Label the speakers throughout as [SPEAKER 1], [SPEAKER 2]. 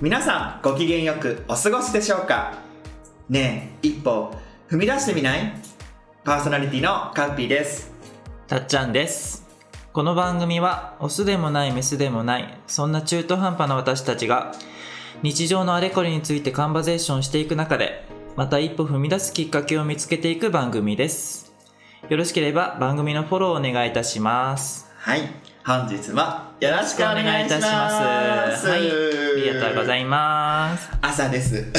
[SPEAKER 1] 皆さんご機嫌よくお過ごしでしょうかねえ一歩踏み出してみないパーソナリティのカッピーです
[SPEAKER 2] たっちゃんですこの番組はオスでもないメスでもないそんな中途半端な私たちが日常のあれこれについてカンバゼーションしていく中でまた一歩踏み出すきっかけを見つけていく番組ですよろしければ番組のフォローをお願いいたします
[SPEAKER 1] はい本日もよろしくお願いいたします
[SPEAKER 2] はいありがとうござ
[SPEAKER 1] い
[SPEAKER 2] います
[SPEAKER 1] ます朝です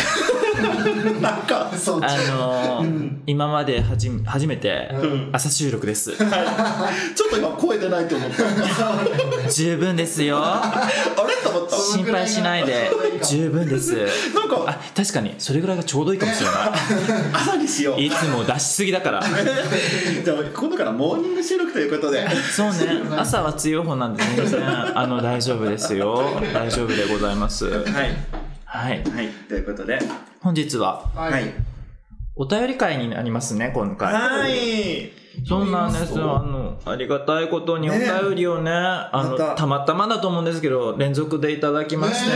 [SPEAKER 1] なんかそう
[SPEAKER 2] あのー今まではじめ初めて
[SPEAKER 1] ん
[SPEAKER 2] 朝収録です
[SPEAKER 1] ちょっと今声出ないと思った
[SPEAKER 2] 十分ですよ
[SPEAKER 1] あれと思った
[SPEAKER 2] 心配しないで十分です
[SPEAKER 1] なんか
[SPEAKER 2] あ確かにそれぐらいがちょうどいいかもしれな
[SPEAKER 1] 朝にしよう
[SPEAKER 2] いいつも出しすぎだから
[SPEAKER 1] じゃあ今度からモーニング収録ということで
[SPEAKER 2] そうね朝は強い方なんで 全然あの大丈夫ですよ大丈夫でございます
[SPEAKER 1] はい
[SPEAKER 2] はい
[SPEAKER 1] はいということで
[SPEAKER 2] 本日は
[SPEAKER 3] は
[SPEAKER 1] はい
[SPEAKER 2] お便り会になりますね今回
[SPEAKER 1] はい
[SPEAKER 2] そうなんですよあのありがたいことにお
[SPEAKER 1] ね
[SPEAKER 2] 便りをねあの
[SPEAKER 1] また
[SPEAKER 2] たまたまだと思うんですけど連続でいただきましてね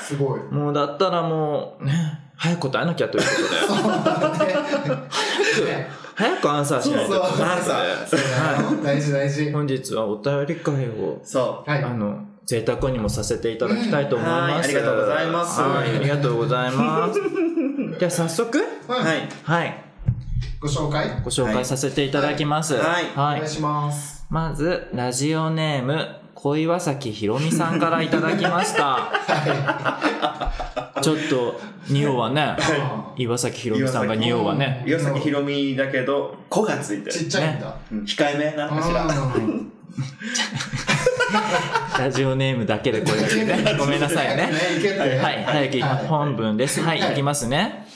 [SPEAKER 3] すごい。
[SPEAKER 2] もうだったらもうね早く答えなきゃということで早くアンサーしないと
[SPEAKER 3] そうそう
[SPEAKER 1] アンサーそう
[SPEAKER 3] 大事大事。
[SPEAKER 2] 本日はお便り会を
[SPEAKER 1] そ
[SPEAKER 3] はい。
[SPEAKER 2] あの贅沢にもさせていただきたいと思います、
[SPEAKER 1] うんはいありがとうございます
[SPEAKER 2] はいありがとうございます では早速
[SPEAKER 1] う
[SPEAKER 3] は。
[SPEAKER 1] はいい
[SPEAKER 2] はい
[SPEAKER 3] ご紹介
[SPEAKER 2] ご紹介させていただきます
[SPEAKER 1] はい
[SPEAKER 3] お願いします。
[SPEAKER 2] まずラジオネーム小岩崎ひろみさんからいただきましたちょっと匂はね岩崎ひろみさんが匂はね
[SPEAKER 1] 岩崎宏美だけど「子」がついてる
[SPEAKER 3] ちっちゃいんだ。
[SPEAKER 1] うん控えめなのかしら
[SPEAKER 3] うん
[SPEAKER 2] ラジオネームだけでこれだけねごめんなさいね
[SPEAKER 3] いけるね
[SPEAKER 2] はい、早く
[SPEAKER 3] はい
[SPEAKER 2] 本文です。はい、
[SPEAKER 3] はい
[SPEAKER 2] いきますね。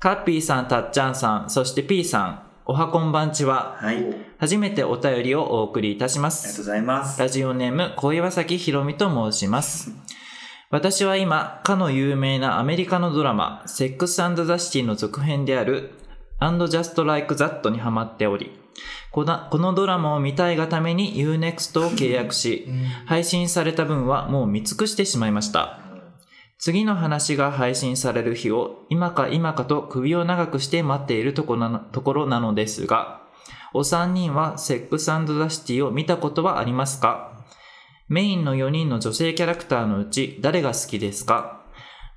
[SPEAKER 2] カッピーさん、たっちゃんさん、そして P さん、おはこんばんちは。
[SPEAKER 1] はいありがと
[SPEAKER 2] 初めてお便りをお送りいたしま
[SPEAKER 1] う
[SPEAKER 2] す
[SPEAKER 1] ご。ざいます
[SPEAKER 2] ラジオネーム、小岩崎ひろみと申します。私は今、かの有名なアメリカのドラマ、セックスザシティの続編である、And Just Like That にハマっており、このこのドラマを見たいがために UNEXT を契約し、配信された分はもう見尽くしてしまいました。次の話が配信される日を今か今かと首を長くして待っているとこなのところなのですが、お三人はセックスザシティを見たことはありますかメインの4人の女性キャラクターのうち誰が好きですか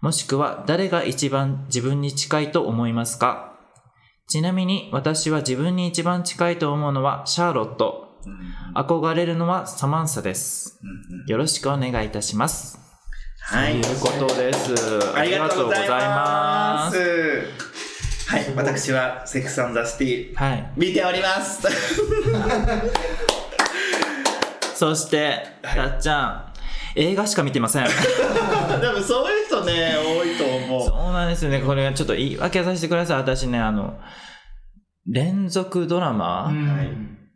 [SPEAKER 2] もしくは誰が一番自分に近いと思いますかちなみに私は自分に一番近いと思うのはシャーロット。
[SPEAKER 1] うん
[SPEAKER 2] 憧れるのはサマンサです。よろしくお願いいたします。
[SPEAKER 1] はい
[SPEAKER 2] ということです。
[SPEAKER 1] ありがとうございま
[SPEAKER 2] ありがとうございます。
[SPEAKER 1] すはい私はセックスザシティ
[SPEAKER 2] はい。
[SPEAKER 1] 見ております
[SPEAKER 2] そして、たっちゃん、映画しか見てません。
[SPEAKER 1] でもそういう人ね多いと思
[SPEAKER 2] そうなんですよね。これはちょっと言い訳させてください。私ね、あの、連続ドラ
[SPEAKER 3] う
[SPEAKER 2] マ、
[SPEAKER 3] ん
[SPEAKER 1] はい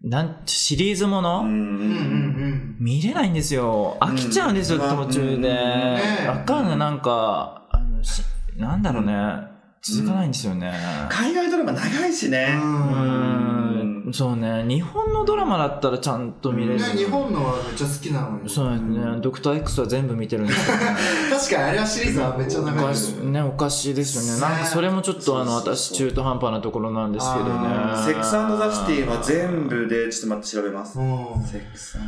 [SPEAKER 2] なんシリーズもの、
[SPEAKER 1] うん
[SPEAKER 3] うんうん
[SPEAKER 2] 見れないんですよ飽きちゃうんですよ、
[SPEAKER 1] うん
[SPEAKER 2] 途中で、
[SPEAKER 1] うん
[SPEAKER 3] ね
[SPEAKER 2] あかんねなんかあのしなんだろうね、続かないんですよね、
[SPEAKER 1] 海外ドラマ長いしね
[SPEAKER 3] うん
[SPEAKER 2] う
[SPEAKER 1] う
[SPEAKER 2] ーんそうね日本のドラマだったらちゃんと見れる、
[SPEAKER 3] うん。ね日本のはめっちゃ好きなのに。
[SPEAKER 2] そうですね、ドクター X は全部見てるんですけ どね
[SPEAKER 3] 確かにあれはシリーズはめっちゃ
[SPEAKER 2] お
[SPEAKER 3] 長い
[SPEAKER 2] か
[SPEAKER 3] で
[SPEAKER 2] し
[SPEAKER 3] す。
[SPEAKER 2] ねおかしいですよねなんかそれもちょっとあの私中途半端なところなんですけどね
[SPEAKER 3] あ
[SPEAKER 1] セックスザシティは全部でちょっと待って調べます
[SPEAKER 3] うん
[SPEAKER 1] セックスザ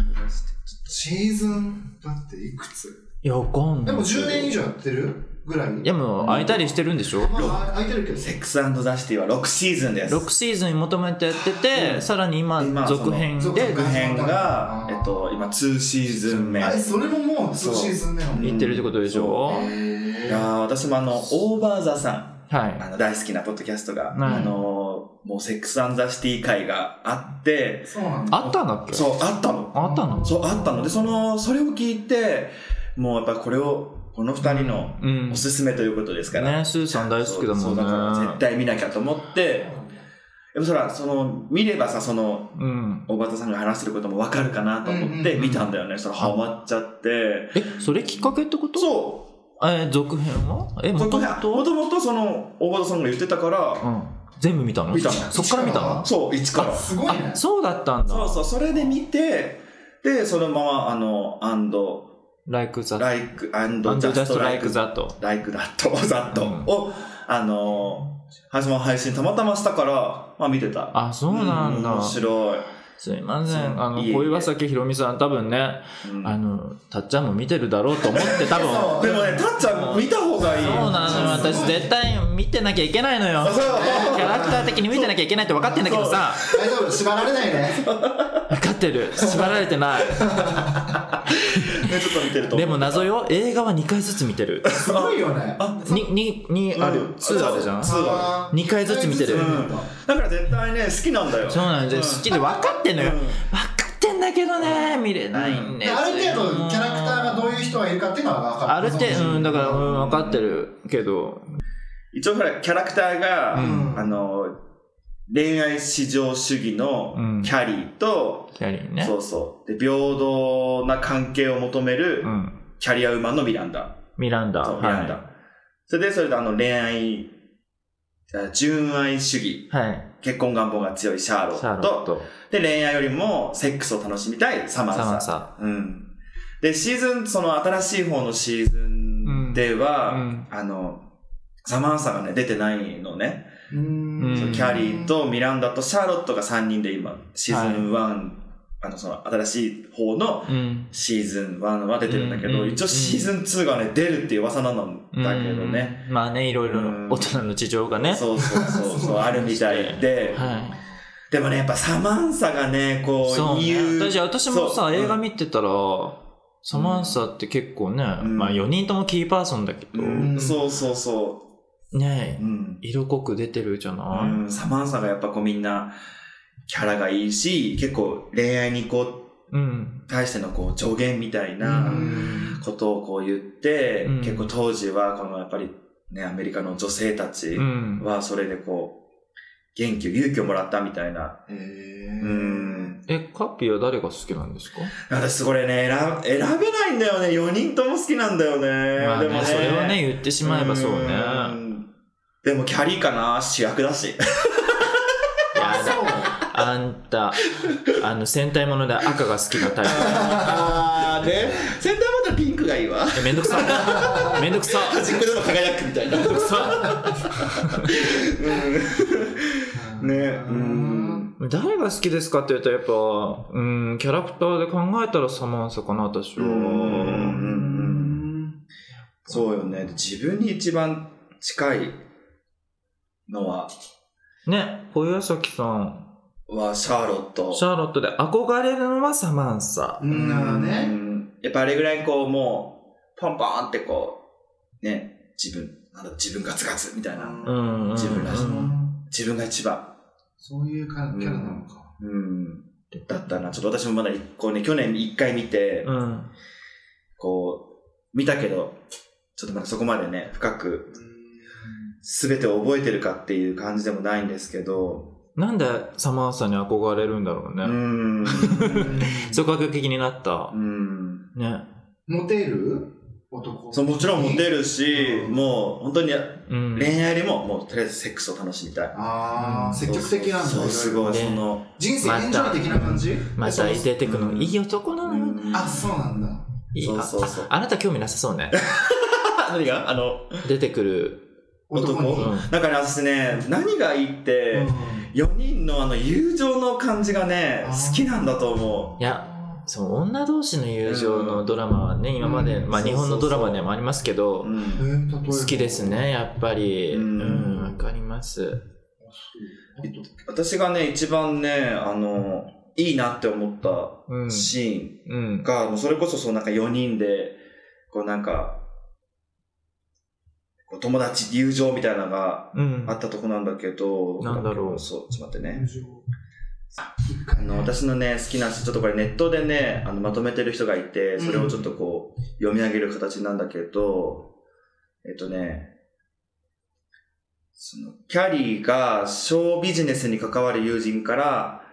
[SPEAKER 1] シティ
[SPEAKER 3] シーズンだっていくつ
[SPEAKER 2] いやわかん
[SPEAKER 3] で
[SPEAKER 2] ない
[SPEAKER 3] も10年以上やってるぐらい
[SPEAKER 2] いやもう空いたりしてるんでしょ、
[SPEAKER 3] まあ空いてるけど
[SPEAKER 1] セックスザシティは6シーズンです
[SPEAKER 2] 6シーズンにまとめてやってて、さらに今
[SPEAKER 1] 今
[SPEAKER 2] 続編
[SPEAKER 3] その
[SPEAKER 2] で
[SPEAKER 3] 続
[SPEAKER 1] 続編が
[SPEAKER 3] あ、ー
[SPEAKER 1] えっと、今2シーズン目い
[SPEAKER 3] あ
[SPEAKER 1] や
[SPEAKER 3] えそれももう2シーズン目なの
[SPEAKER 1] そう
[SPEAKER 2] 行ってるってことでしょ、
[SPEAKER 1] ー私もあのオーバーザさんあ
[SPEAKER 2] は
[SPEAKER 1] の大好きなポッドキャストが、
[SPEAKER 2] うん
[SPEAKER 1] あのーもうセックスザシティ会があって
[SPEAKER 3] そうなん
[SPEAKER 2] い
[SPEAKER 3] だ
[SPEAKER 2] あったんだっけ
[SPEAKER 1] そうあったの
[SPEAKER 2] あったの
[SPEAKER 1] そうあったのでそのそれを聞いてもうやっぱこれをこの2人の
[SPEAKER 2] うん
[SPEAKER 1] おすすめということですから、
[SPEAKER 2] ねスーさん大好き
[SPEAKER 1] そう
[SPEAKER 2] だも
[SPEAKER 1] んそうだから
[SPEAKER 2] ね
[SPEAKER 1] 絶対見なきゃと思ってやっぱそらその見ればさその
[SPEAKER 2] うん
[SPEAKER 1] 大畑さんが話してることもわかるかなと思っ
[SPEAKER 3] うんうん
[SPEAKER 1] て
[SPEAKER 3] うん
[SPEAKER 1] 見たんだよね、それハマっちゃって
[SPEAKER 2] えそれきっかけってこと
[SPEAKER 1] そ
[SPEAKER 2] えー続編はえ
[SPEAKER 1] うも
[SPEAKER 2] も
[SPEAKER 1] と
[SPEAKER 2] と
[SPEAKER 1] も
[SPEAKER 2] も
[SPEAKER 1] ともともとその大畑さんが言ってたから、
[SPEAKER 2] うん全部見たの
[SPEAKER 1] 見た
[SPEAKER 2] そっから見たの
[SPEAKER 1] そう一から
[SPEAKER 3] すごいね
[SPEAKER 2] あそうだったんだ
[SPEAKER 1] そうそうそれで見てでそのままあのアンド
[SPEAKER 2] like that,
[SPEAKER 1] like and
[SPEAKER 2] and
[SPEAKER 1] just
[SPEAKER 2] just
[SPEAKER 1] like
[SPEAKER 2] like
[SPEAKER 1] that
[SPEAKER 2] that.
[SPEAKER 1] like that or that
[SPEAKER 2] うん
[SPEAKER 1] を、あのー、その配信たまたましたから、まあ見てた。
[SPEAKER 2] あ、そうなんだ。
[SPEAKER 1] 面白い。
[SPEAKER 2] すいませ。
[SPEAKER 1] そうん
[SPEAKER 2] あの、
[SPEAKER 1] いえいえ
[SPEAKER 2] 小岩崎ひろみさん、多分ね、
[SPEAKER 1] うん
[SPEAKER 2] あの、たっちゃんも見てるだろうと思って、多分。 そ
[SPEAKER 1] でもね、たっちゃん見た方がいい。
[SPEAKER 2] うなのよ。
[SPEAKER 3] そう
[SPEAKER 2] 私、絶対見てなきゃいけないのよ
[SPEAKER 1] あ。 そう
[SPEAKER 2] キャラクター的に見てなきゃいけないって分かってんだけどさ、
[SPEAKER 3] 大丈夫縛られないね
[SPEAKER 2] 分かってる。縛られてない。
[SPEAKER 1] ね、ちょっと見てると。
[SPEAKER 2] でも謎よ、映画は2回ずつ見てる。
[SPEAKER 3] すごいよね
[SPEAKER 1] あ、
[SPEAKER 2] に、に、にある。2あるじゃん。
[SPEAKER 1] そうだ
[SPEAKER 2] 二回ずつ見てる
[SPEAKER 3] う
[SPEAKER 1] う
[SPEAKER 3] ん
[SPEAKER 1] んだから絶対ね、好きなんだよ。
[SPEAKER 2] そうなんですよ。好きで分かってんのよ。
[SPEAKER 1] う
[SPEAKER 2] 分
[SPEAKER 1] ん
[SPEAKER 2] かってんだけどね、見れないんです
[SPEAKER 3] で
[SPEAKER 2] よ。
[SPEAKER 3] ある程度キャラクターがどういう人がいるかっていうのは分かる
[SPEAKER 2] ある程度、うん、だから、うん、分かってるけど、
[SPEAKER 1] 一応ほら、キャラクターが、
[SPEAKER 2] うん
[SPEAKER 1] あの、恋愛至上主義の
[SPEAKER 2] うん
[SPEAKER 1] キャリーと、
[SPEAKER 2] キャリーね。
[SPEAKER 1] そうそう。で、平等な関係を求める
[SPEAKER 2] うん。
[SPEAKER 1] キャリアウーマンのミランダ。
[SPEAKER 2] ミランダ。
[SPEAKER 1] そうミランダ。それで、それであの恋愛、あ純愛主義、
[SPEAKER 2] はい。はい。
[SPEAKER 1] 結婚願望が強いシャーロ
[SPEAKER 2] シャー
[SPEAKER 1] ッ
[SPEAKER 2] ロッ
[SPEAKER 1] ト。
[SPEAKER 2] ト。
[SPEAKER 1] で、恋愛よりもセックスを楽しみたいサマン
[SPEAKER 2] サ
[SPEAKER 1] サ。
[SPEAKER 2] マンサ。
[SPEAKER 1] うん。で、シーズン、その新しい方のシーズンでは、
[SPEAKER 2] うん
[SPEAKER 1] あの、サマンサがね、出てないのね。
[SPEAKER 3] う
[SPEAKER 2] うん
[SPEAKER 3] ん
[SPEAKER 1] そのキャリーとミランダとシャーロットが3人で今、シーズン1、あの、その新しい方の
[SPEAKER 2] うん。
[SPEAKER 1] シーズン1は出てるんだけど、
[SPEAKER 2] うんうん
[SPEAKER 1] 一応シーズン2がね、出るっていう噂なんだけどね。
[SPEAKER 2] うん。まあね、いろいろ
[SPEAKER 1] うん
[SPEAKER 2] 大人の事情がね。
[SPEAKER 1] そうそうそう そう、あるみたいで。
[SPEAKER 2] はい。
[SPEAKER 1] でもね、やっぱサマンサがね、こう、
[SPEAKER 2] そう、
[SPEAKER 1] 言
[SPEAKER 2] ね。
[SPEAKER 1] う。
[SPEAKER 2] 私、私も
[SPEAKER 1] そ
[SPEAKER 2] さ、
[SPEAKER 1] う
[SPEAKER 2] 映画見てたら、サマンサって結構ね、
[SPEAKER 1] うん
[SPEAKER 2] まあ4人ともキーパーソンだけど、
[SPEAKER 1] うんそうそうそ
[SPEAKER 2] ね
[SPEAKER 1] う。うん。
[SPEAKER 2] 色濃く出てるじゃない、
[SPEAKER 1] うんサマンサがやっぱこうみんな、キャラがいいし、結構恋愛にこう、
[SPEAKER 2] うん。
[SPEAKER 1] 対してのこう助言みたいうなんことをこう言って、
[SPEAKER 2] うん
[SPEAKER 1] 結構当時はこのやっぱりね、アメリカの女性たち
[SPEAKER 2] うん。
[SPEAKER 1] はそれでこう、元気、勇気をもらったみたいな。
[SPEAKER 3] へー
[SPEAKER 1] うん。
[SPEAKER 2] え、カッピーは誰が好きなんですか
[SPEAKER 1] 私これね、選選べないんだよね。4人とも好きなんだよね。
[SPEAKER 2] まあ
[SPEAKER 1] で
[SPEAKER 2] ね
[SPEAKER 1] もね、
[SPEAKER 2] それをね、言ってしまえばそうね。
[SPEAKER 1] うんでもキャリーかな主役だ し。
[SPEAKER 3] あそう
[SPEAKER 2] あんた、あの、戦隊もので赤が好きなタイ
[SPEAKER 1] あーね。センターボタンピンクがいいわ。
[SPEAKER 2] プ。えめんどくさ。めんどくさ。
[SPEAKER 1] 端っこでも輝くみたいな。
[SPEAKER 2] めんどくさ。
[SPEAKER 1] ね。うん。
[SPEAKER 2] 誰が好きですかって言うと、やっぱ、うん、キャラクターで考えたらサマンサかな、私
[SPEAKER 1] うん
[SPEAKER 2] は。
[SPEAKER 3] うん
[SPEAKER 1] そうよね。自分に一番近いのは、
[SPEAKER 2] ね、小岩崎さん、
[SPEAKER 1] はシャーロット。
[SPEAKER 2] シャーロットで憧れるのはサマンサ。
[SPEAKER 3] うんなる
[SPEAKER 1] う
[SPEAKER 3] ね
[SPEAKER 1] んやっぱあれぐらいこう、もう、ポンポンってこう、ね、自分、なんだ自分ガツガツみたいな。
[SPEAKER 2] うん、うん。
[SPEAKER 1] 自分らしい
[SPEAKER 2] うん
[SPEAKER 1] 自分が一番。
[SPEAKER 3] そういうキャラキャラなのか
[SPEAKER 1] うん。だったな。ちょっと私もまだ一個ね、去年一回見て、
[SPEAKER 2] うん。
[SPEAKER 1] こう、見たけど、ちょっとまだそこまでね、深く、全てを覚えてるかっていう感じでもないんですけど、
[SPEAKER 2] なんでサマンサに憧れるんだろう
[SPEAKER 1] う
[SPEAKER 2] ね。
[SPEAKER 1] ん。
[SPEAKER 2] そこが気になった
[SPEAKER 1] う。ん。
[SPEAKER 2] ね。
[SPEAKER 3] モテる男
[SPEAKER 1] そうもちろんモテるし、
[SPEAKER 3] うん
[SPEAKER 1] もう本当に
[SPEAKER 2] うん。
[SPEAKER 1] 恋愛よりも、もうとりあえずセックスを楽しみたい。
[SPEAKER 3] ああ積極的なんだ
[SPEAKER 1] そう、
[SPEAKER 3] い
[SPEAKER 1] す
[SPEAKER 3] ろいろ
[SPEAKER 1] ごい、
[SPEAKER 2] ね
[SPEAKER 1] その、
[SPEAKER 3] 人生エンジョイ的な感じ
[SPEAKER 2] また出てくの、
[SPEAKER 1] うん
[SPEAKER 2] いい男なのよ。
[SPEAKER 3] あそうなんだ
[SPEAKER 2] いい
[SPEAKER 1] そう
[SPEAKER 2] あ
[SPEAKER 1] そうそう。
[SPEAKER 2] あなた興味なさそうね。
[SPEAKER 1] 何があの、
[SPEAKER 2] 出てくる。
[SPEAKER 3] 男に
[SPEAKER 1] 男
[SPEAKER 2] うん
[SPEAKER 1] だから私ね、何がいいって、4人のあの友情の感じがね、
[SPEAKER 3] あー
[SPEAKER 1] 好きなんだと思
[SPEAKER 2] いや、そう、女同士の友情のドラマはね、今まで、
[SPEAKER 3] うん
[SPEAKER 2] まあ
[SPEAKER 1] そう
[SPEAKER 2] 日
[SPEAKER 1] そうそう
[SPEAKER 2] 本のドラマでもありますけ
[SPEAKER 1] う。
[SPEAKER 2] ど、
[SPEAKER 1] うん
[SPEAKER 3] えー例えば
[SPEAKER 2] 好きですね、やっぱり。
[SPEAKER 1] う
[SPEAKER 2] うんん、わかります。
[SPEAKER 3] えっと
[SPEAKER 1] 私がね、一番ね、あの、いいなって思った
[SPEAKER 2] うん。
[SPEAKER 1] シ
[SPEAKER 2] う
[SPEAKER 1] ーン
[SPEAKER 2] ん。
[SPEAKER 1] が、もうそれこそそうなんか4人で、こうなんか、こう友達、友情みたいなのが
[SPEAKER 2] うん
[SPEAKER 1] あ。ったとこなんだけど、
[SPEAKER 2] なんだろう
[SPEAKER 1] そう、ちょっと待ってね
[SPEAKER 3] 友。情一回
[SPEAKER 1] あの、
[SPEAKER 3] ね
[SPEAKER 1] 私のね、好きな、ちょっとこれネットでね、あの、まとめてる人がいて、それをちょっとこう、読み上げる形なんだけど、えっとね、その、キャリーが小ビジネスに関わる友人から、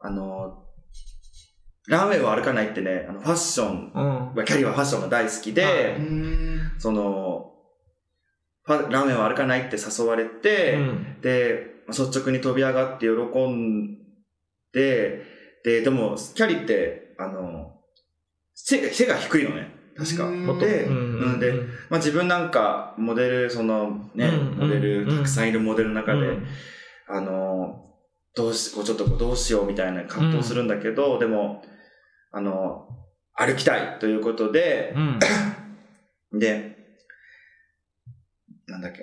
[SPEAKER 1] あの、ランウェイを歩かないってね、あの、ファッション、
[SPEAKER 2] うん。
[SPEAKER 1] まあキャリーはファッションが大好きで、
[SPEAKER 2] は
[SPEAKER 3] うーん
[SPEAKER 1] その、ファランウェイを歩かないって誘われて、
[SPEAKER 2] うん
[SPEAKER 1] で、率直に飛び上がって喜んで、で、でも、キャリーって、あの、背が背が低いのね。確か。
[SPEAKER 3] うん
[SPEAKER 1] で、
[SPEAKER 2] う
[SPEAKER 1] うんん
[SPEAKER 2] うん
[SPEAKER 1] で、まあ、自分なんか、モデル、そのね、
[SPEAKER 2] うん
[SPEAKER 1] モデル、
[SPEAKER 2] うん
[SPEAKER 1] たくさんいるモデルの中で、
[SPEAKER 2] うん
[SPEAKER 1] あの、どうし、こうちょっとこうどうしようみたいな葛藤するんだけど、でも、あの、歩きたいということで、
[SPEAKER 2] うん
[SPEAKER 1] で、なんだっけ。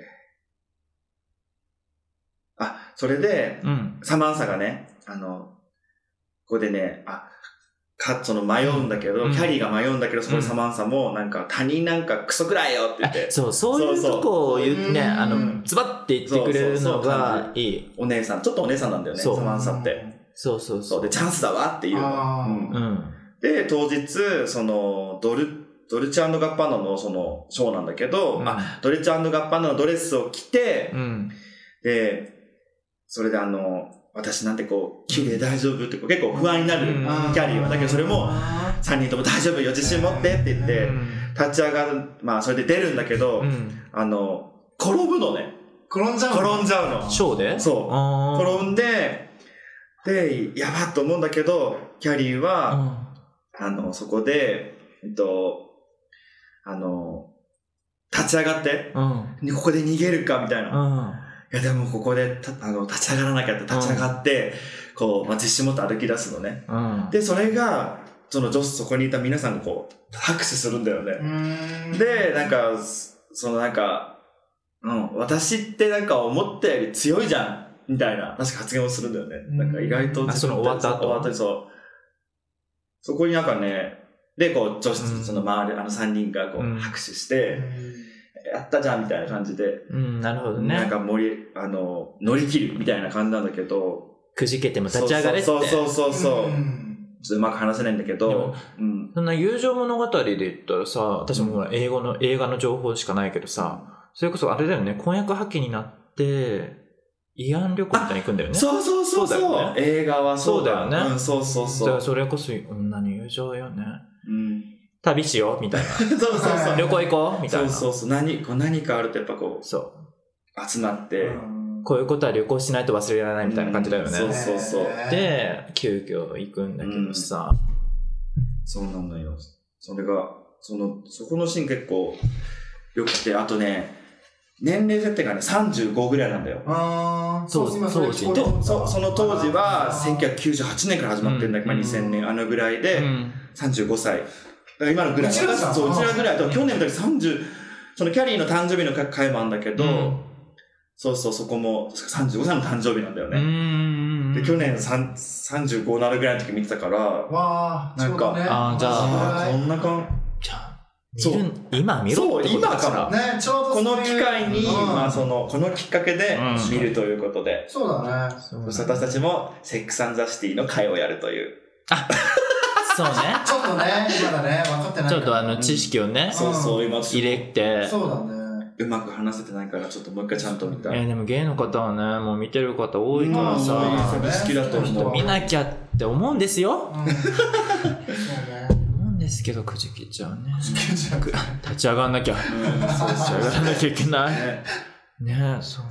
[SPEAKER 1] あ、それで、
[SPEAKER 2] うん
[SPEAKER 1] サマンサがね、あの、ここでね、あ、か、その迷うんだけど、
[SPEAKER 2] うん
[SPEAKER 1] キャリーが迷うんだけど、そこ
[SPEAKER 2] うん
[SPEAKER 1] でサマンサも、なんか、他人なんかクソくらいよって言って、
[SPEAKER 2] そうそういうとこを言
[SPEAKER 3] そう
[SPEAKER 2] う
[SPEAKER 3] そう
[SPEAKER 2] ねあ
[SPEAKER 1] うん
[SPEAKER 2] のズバッて言ってくれるのがいい
[SPEAKER 1] お姉さん、ちょっとお姉さんなんだよね、サ
[SPEAKER 2] そう
[SPEAKER 1] マンサって。。
[SPEAKER 2] そうそうそ
[SPEAKER 1] そうう、で、チャンスだわっていうの。
[SPEAKER 3] あー
[SPEAKER 1] うん
[SPEAKER 2] うん
[SPEAKER 1] で、当日、その、ドル、ドルチェガッパーノのその、ショーなんだけど、まあ、ドルチェガッパーノのドレスを着て、
[SPEAKER 2] うん
[SPEAKER 1] で、それであの、私なんてこう、綺麗大丈夫ってこう結構不安になる、
[SPEAKER 2] うん
[SPEAKER 1] キャリーは。だけどそれも、3人とも大丈夫よ、自信持ってって言っ
[SPEAKER 2] う
[SPEAKER 1] て、
[SPEAKER 2] ん
[SPEAKER 1] 立ち上がる、まあそれで出るんだけど、
[SPEAKER 2] うん
[SPEAKER 1] あの、転ぶのね。
[SPEAKER 3] 転んじゃうの。
[SPEAKER 1] 転んじゃうの。
[SPEAKER 2] ショーで
[SPEAKER 1] そう
[SPEAKER 2] あー
[SPEAKER 1] 転んで、で、やばっと思うんだけど、キャリーは、あの、そこで、えっと、あの、立ち上がって、
[SPEAKER 2] うんうん
[SPEAKER 1] ここで逃げるか、みたいな。
[SPEAKER 2] うん
[SPEAKER 1] いや、でもここでた、あの、立ち上がらなきゃって、立ち上がって、こう、まあ、実施持って歩き出すのね。
[SPEAKER 2] うん
[SPEAKER 1] で、それが、その女子、そこにいた皆さんがこう、拍手するんだよ
[SPEAKER 3] う
[SPEAKER 1] ね。
[SPEAKER 3] ーん。
[SPEAKER 1] で、なんか、そそのなんか、うん、私ってなんか思ったより強いじゃん、みたいな、確か発言をするんだよね。
[SPEAKER 3] うん
[SPEAKER 1] なんか意外と
[SPEAKER 2] あその終わった後
[SPEAKER 1] 終わったそう。そこになんかね、で、こう、女子
[SPEAKER 2] う、ん
[SPEAKER 1] その周り、あの3人がこ
[SPEAKER 2] う
[SPEAKER 1] う、
[SPEAKER 2] ん
[SPEAKER 1] 拍手して、やったじゃん、みたいな感じで、
[SPEAKER 2] うんなるほど
[SPEAKER 1] なん
[SPEAKER 2] ね
[SPEAKER 1] か盛り、あの、乗り切るみたいな感じなんだけど、
[SPEAKER 2] くじけても立ち上がれって
[SPEAKER 1] そうそうそうそうそう、
[SPEAKER 3] うん
[SPEAKER 1] ちょっとうまく話せないんだけ
[SPEAKER 2] で
[SPEAKER 1] ど
[SPEAKER 2] も、
[SPEAKER 1] うん。
[SPEAKER 2] そんな友情物語で言ったらさ、私もほら英語の、映画の情報しかないけどさ、それこそあれだよね、婚約破棄になって、慰安旅行みたいに行くんだよね。
[SPEAKER 1] そうそうそうそう
[SPEAKER 2] そうだよね
[SPEAKER 1] 映画はそうだ
[SPEAKER 2] そうだよね
[SPEAKER 1] うん、そうそう
[SPEAKER 2] だ
[SPEAKER 1] そ
[SPEAKER 2] から
[SPEAKER 1] う。
[SPEAKER 2] それこそ女の友情よね。
[SPEAKER 1] うん、
[SPEAKER 2] 旅しようみたい な。
[SPEAKER 1] そうそうそう。
[SPEAKER 3] はい
[SPEAKER 2] 旅行行こうみた
[SPEAKER 1] そう
[SPEAKER 2] いな。
[SPEAKER 1] そうそう。何、こう何かあるとやっぱこ、
[SPEAKER 2] そう
[SPEAKER 1] 集まって、
[SPEAKER 2] うこういうことは旅行しないと忘れられないみたいな感じだよね。
[SPEAKER 1] うんそうそう
[SPEAKER 3] ね
[SPEAKER 2] で、急遽行くんだけどさ、
[SPEAKER 1] そうなんだよ。それが、その、そこのシーン結構良くて、あとね、年齢設定がね、35ぐらいなんだよ。
[SPEAKER 3] あー
[SPEAKER 2] そう
[SPEAKER 3] 今れ聞こえ
[SPEAKER 2] 当
[SPEAKER 3] て
[SPEAKER 1] と
[SPEAKER 3] た
[SPEAKER 1] そその当時は1998年から始まってるんだけど、
[SPEAKER 2] うん
[SPEAKER 1] まあ、2000年あのぐらいで、
[SPEAKER 2] うん
[SPEAKER 1] 35歳だから今のぐらいう
[SPEAKER 3] ちらじゃん
[SPEAKER 1] そううちらぐらいだから
[SPEAKER 2] うん
[SPEAKER 1] 去年の時30そのキャリーの誕生日の回もあるんだけど、
[SPEAKER 2] うん
[SPEAKER 1] そうそうそこも35歳の誕生日なんだよ
[SPEAKER 2] う
[SPEAKER 1] ね、
[SPEAKER 2] ん
[SPEAKER 1] で去年3 35なるぐらいの時見てたから
[SPEAKER 3] わあ、
[SPEAKER 1] なんか
[SPEAKER 3] ちょうどね
[SPEAKER 2] あーじゃあ
[SPEAKER 1] あーこんなかん
[SPEAKER 2] じゃあ
[SPEAKER 1] そう
[SPEAKER 2] 見る今見ろってことだ
[SPEAKER 1] そう今か
[SPEAKER 2] か
[SPEAKER 3] ね、ちょうど
[SPEAKER 1] この
[SPEAKER 3] そういう
[SPEAKER 1] 機会に、
[SPEAKER 3] うん
[SPEAKER 1] まあ、そのこのきっかけで
[SPEAKER 2] うん
[SPEAKER 1] 見るということで、
[SPEAKER 3] そうだね。
[SPEAKER 2] ら。
[SPEAKER 1] そして私たちもセックスザシティの会をやるという
[SPEAKER 2] そうね。
[SPEAKER 3] ちょっとね、今だね、分かってないから。
[SPEAKER 2] ちょっとあの知識をね、
[SPEAKER 1] そうそう今
[SPEAKER 2] 入れて。
[SPEAKER 3] そうだね。
[SPEAKER 1] うまく話せてないからちょっともう一回ちゃんと見た
[SPEAKER 2] え
[SPEAKER 1] い
[SPEAKER 2] ーでも芸の方はね、もう見てる方多いか
[SPEAKER 1] ま
[SPEAKER 2] ら
[SPEAKER 1] あそういう
[SPEAKER 2] さ、
[SPEAKER 1] 作好きだと
[SPEAKER 2] ちょっ
[SPEAKER 1] 思
[SPEAKER 2] と
[SPEAKER 1] う
[SPEAKER 2] 見なきゃって思うんですよ。
[SPEAKER 3] うんそうね。
[SPEAKER 2] 思うんですけど、くじけちゃうね。
[SPEAKER 3] 地球じゃなくて
[SPEAKER 2] 立ち上がんなきゃ。立
[SPEAKER 1] うんそう
[SPEAKER 2] ち
[SPEAKER 1] そう
[SPEAKER 2] 上がらなきゃいけない。
[SPEAKER 1] ね
[SPEAKER 2] ねそうね。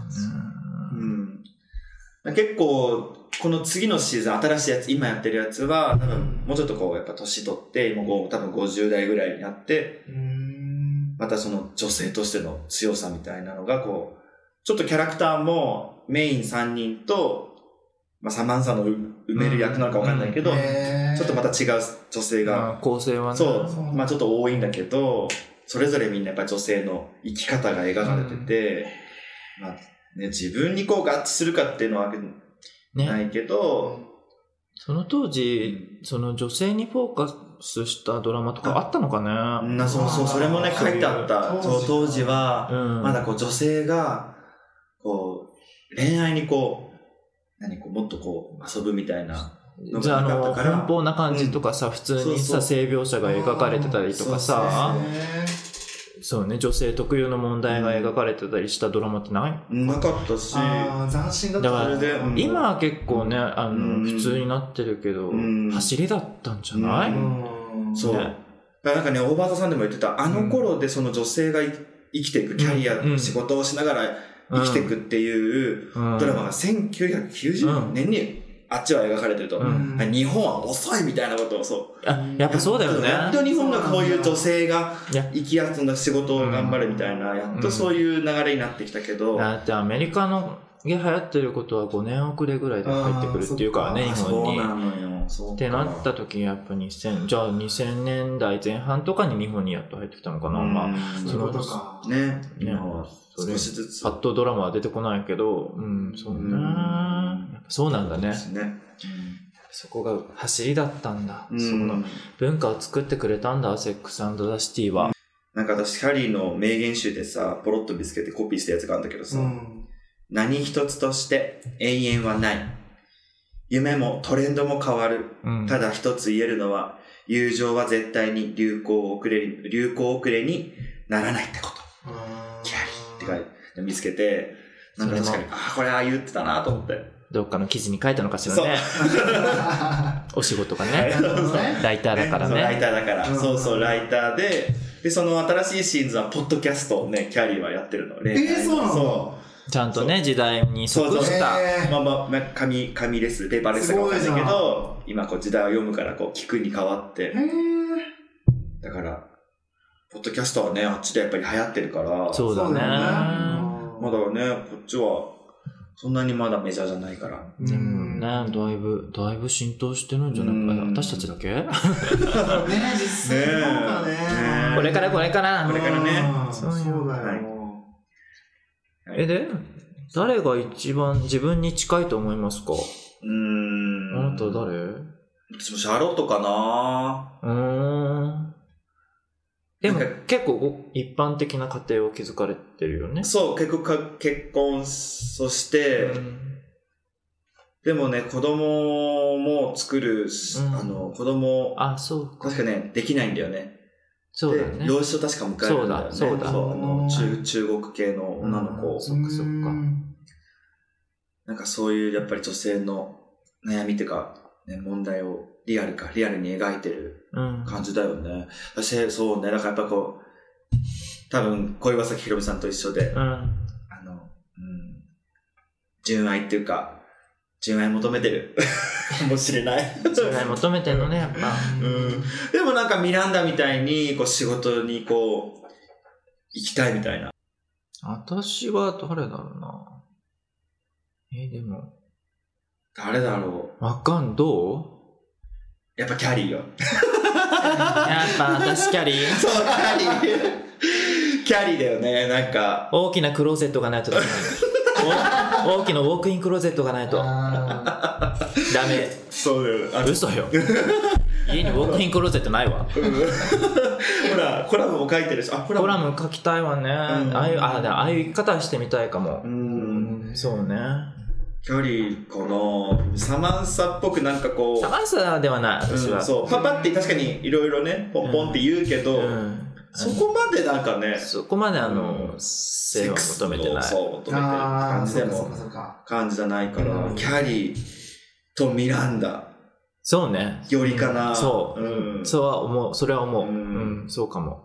[SPEAKER 1] うん、結構この次のシーズン新しいやつ今やってるやつは多分もうちょっとこうやっぱ年取ってもう多分50代ぐらいになって
[SPEAKER 3] うーん。
[SPEAKER 1] またその女性としての強さみたいなのがこうちょっとキャラクターもメイン3人と、まあ、サマンサの埋める役なのかわかんないけど、
[SPEAKER 3] へー
[SPEAKER 1] ちょっとまた違う女性が、
[SPEAKER 2] まあ構成はね。
[SPEAKER 1] そう
[SPEAKER 3] そう
[SPEAKER 1] まあちょっと多いんだけどそれぞれみんなやっぱ女性の生き方が描かれてて、まあね、自分にこう合致するかっていうのはな
[SPEAKER 2] ね。
[SPEAKER 1] いけど、
[SPEAKER 2] その当時、その女性にフォーカスしたドラマとかあったのかね。
[SPEAKER 1] なそうそうそれもね書いてあった
[SPEAKER 3] そういう
[SPEAKER 1] そう当時
[SPEAKER 2] う
[SPEAKER 1] は
[SPEAKER 2] ん。
[SPEAKER 1] まだこう女性がこう恋愛にこう何こうもっとこう遊ぶみたいな
[SPEAKER 2] じゃあ、あ
[SPEAKER 1] なか
[SPEAKER 2] の、
[SPEAKER 1] ったから
[SPEAKER 2] 奔放な感じとかさ、普通に
[SPEAKER 1] そうそ
[SPEAKER 2] さ、
[SPEAKER 1] う
[SPEAKER 2] 性描写が描かれてたりとかさ、
[SPEAKER 3] へ
[SPEAKER 2] そうね、女性特有の問題が描かれてたりしたドラマってない
[SPEAKER 1] なかったし
[SPEAKER 3] ーあー斬新だった
[SPEAKER 2] だから
[SPEAKER 1] それでうん
[SPEAKER 2] 今は結構ね、あ
[SPEAKER 1] うん
[SPEAKER 2] の、普通になってるけど
[SPEAKER 1] うん、
[SPEAKER 2] 走りだったんじゃな
[SPEAKER 1] う
[SPEAKER 2] い
[SPEAKER 3] うん
[SPEAKER 1] そう、
[SPEAKER 2] ね
[SPEAKER 1] だからなんかね大畑さんでも言ってたあの頃でその女性がい生きていくキャリア、
[SPEAKER 2] うん
[SPEAKER 1] 仕事をしながら生きていくっていう
[SPEAKER 2] ド
[SPEAKER 1] ドラマが1990年にあっちは描かれてると、
[SPEAKER 2] うん
[SPEAKER 1] あ日本は遅いみたいなことをそう
[SPEAKER 2] あやっぱそうだよね
[SPEAKER 1] やっと日本がこういう女性が
[SPEAKER 2] いや
[SPEAKER 1] 生きやすな仕事を頑張るみたいな、やっとそういう流れになってきたけど、
[SPEAKER 2] だってアメリカので流行ってることは5年遅れぐらいで入ってくるっていうからね
[SPEAKER 3] あー
[SPEAKER 2] 日
[SPEAKER 1] そう
[SPEAKER 2] 本に。
[SPEAKER 1] な
[SPEAKER 2] っ
[SPEAKER 1] のよそうか
[SPEAKER 2] てなった時やっぱ2000じゃあ2000年代前半とかに日本にやっと入ってきたのかな、
[SPEAKER 1] うん
[SPEAKER 2] まあ
[SPEAKER 3] そういうことか。
[SPEAKER 1] ね
[SPEAKER 2] ね
[SPEAKER 1] 今は
[SPEAKER 2] それ
[SPEAKER 1] 少しずつ
[SPEAKER 2] パッとドラマは出てこないけどうんそうね
[SPEAKER 1] うん
[SPEAKER 2] やっぱそうなんだね
[SPEAKER 1] ですね
[SPEAKER 2] そこが走りだったんだ、
[SPEAKER 1] うん
[SPEAKER 2] その文化を作ってくれたんだセックスザ・シティは、
[SPEAKER 1] なんか私ハリーの名言集でさポロッと見つけてコピーしたやつがあるんだけどさ、
[SPEAKER 3] うん。
[SPEAKER 1] 何一つとして永遠はない夢もトレンドも変わる
[SPEAKER 2] うん
[SPEAKER 1] ただ一つ言えるのは友情は絶対に流行遅れ流行遅れにならないってことキャリーって書いて見つけてなんか確かにああこれああ言ってたなと思って
[SPEAKER 2] どっかの記事に書いたのかしらねお仕事がね、
[SPEAKER 1] はい
[SPEAKER 2] ライターだか ら
[SPEAKER 1] そうライ
[SPEAKER 2] ね
[SPEAKER 1] ターだから、
[SPEAKER 3] うん
[SPEAKER 1] そうそうライターででその新しいシーズンはポッドキャストをねキャリーはやってるのね
[SPEAKER 3] えーそうなの
[SPEAKER 1] そう
[SPEAKER 2] ちゃんとね時代 に即
[SPEAKER 1] そう
[SPEAKER 2] した
[SPEAKER 3] え
[SPEAKER 1] まあまあまあ紙紙ですペーパーレスとかわかんないけ
[SPEAKER 3] す
[SPEAKER 1] ど今こう時代を読むからこう聞くに変わって
[SPEAKER 3] ーへー
[SPEAKER 1] だからポッドキャストはねあっちでやっぱり流行ってるから
[SPEAKER 2] そうだね
[SPEAKER 1] まだねこっちはそんなにまだメジャーじゃないから
[SPEAKER 3] うん
[SPEAKER 2] でもね、だいぶ、だいぶ浸透してるんじゃな
[SPEAKER 1] う
[SPEAKER 2] い
[SPEAKER 1] ん
[SPEAKER 2] 私たちだけ
[SPEAKER 3] ね実際そうだね
[SPEAKER 1] ねえ
[SPEAKER 2] これからこれか
[SPEAKER 3] うん
[SPEAKER 1] こ
[SPEAKER 2] ら
[SPEAKER 1] れからね
[SPEAKER 3] そうだよ、
[SPEAKER 1] はい
[SPEAKER 2] え、で、誰が一番自分に近いと思いますか
[SPEAKER 1] うーん
[SPEAKER 2] あなた誰う
[SPEAKER 1] 私もシャーロットかな
[SPEAKER 2] ーん。でも
[SPEAKER 1] なんか
[SPEAKER 2] 結構ご一般的な家庭を築かれてるよね。
[SPEAKER 1] そう結構か結婚そして、
[SPEAKER 2] うん
[SPEAKER 1] でもね、子供も作るし、
[SPEAKER 2] うん
[SPEAKER 1] あの、子供、
[SPEAKER 2] あ、そうか。
[SPEAKER 1] 確かね、できないんだよね。
[SPEAKER 2] そうだよね
[SPEAKER 1] で。養子を確か迎えるんだよね。
[SPEAKER 2] そうだそうだ
[SPEAKER 1] あの中中国系の女の子、
[SPEAKER 2] うんそっかそっか
[SPEAKER 3] うん
[SPEAKER 1] なんかそういう、やっぱり女性の悩みっていうか、ね、問題をリアルか、リアルに描いてる
[SPEAKER 2] うん。
[SPEAKER 1] 感じだよね。私、そうね、だからやっぱこう、多分、小岩崎宏美さんと一緒で、
[SPEAKER 2] うん。
[SPEAKER 1] あの、うん、純愛っていうか、純愛求めてる。 かもしれない。
[SPEAKER 2] それ求めてんのね、やっぱ。
[SPEAKER 1] うん でもなんかミランダみたいにこう仕事にこう行きたいみたいな。
[SPEAKER 2] 私は誰だろうな。え、でも、
[SPEAKER 1] 誰だろ
[SPEAKER 2] わかん、ど
[SPEAKER 1] うやっぱキャリーよ。
[SPEAKER 2] うやっぱ私キャリ ー
[SPEAKER 1] そう、キャリー。 キャリーだよね、なんか。
[SPEAKER 2] 大きなクローゼットがないと ダメなのお大きなウォークインクローゼットがないとダ
[SPEAKER 3] あ
[SPEAKER 2] メ
[SPEAKER 1] そうだよね。あの
[SPEAKER 2] 嘘よ家にウォークインクローゼットないわ
[SPEAKER 1] ほら、コラムも書いてるし、あ、コラム。
[SPEAKER 2] コラム書きたいわね、ああいうあでもああいう生き方してみたいかも
[SPEAKER 1] う、ん。
[SPEAKER 2] そうね
[SPEAKER 1] キャリーかなサマンサっぽくなんかこ
[SPEAKER 2] サ
[SPEAKER 1] う。
[SPEAKER 2] マンサではない私
[SPEAKER 1] う
[SPEAKER 2] は、
[SPEAKER 1] ん、そうパパって確かにいろいろねポンポンって言うけど、
[SPEAKER 2] うん
[SPEAKER 1] そこまでなんかね
[SPEAKER 2] そこまであの、
[SPEAKER 1] うん
[SPEAKER 2] 性は求めてない
[SPEAKER 1] そう求めて
[SPEAKER 3] ー
[SPEAKER 1] る感
[SPEAKER 3] あー、
[SPEAKER 1] じ
[SPEAKER 3] そ
[SPEAKER 1] で
[SPEAKER 3] うかそう
[SPEAKER 1] も
[SPEAKER 3] かそうか。
[SPEAKER 1] 感じじゃないから、
[SPEAKER 2] うん
[SPEAKER 1] キャリーとミランダ
[SPEAKER 2] そうね
[SPEAKER 1] よりかな、
[SPEAKER 2] うんそう、
[SPEAKER 1] うん
[SPEAKER 2] そうは思うそれは思う、う
[SPEAKER 1] うんん
[SPEAKER 2] そうかも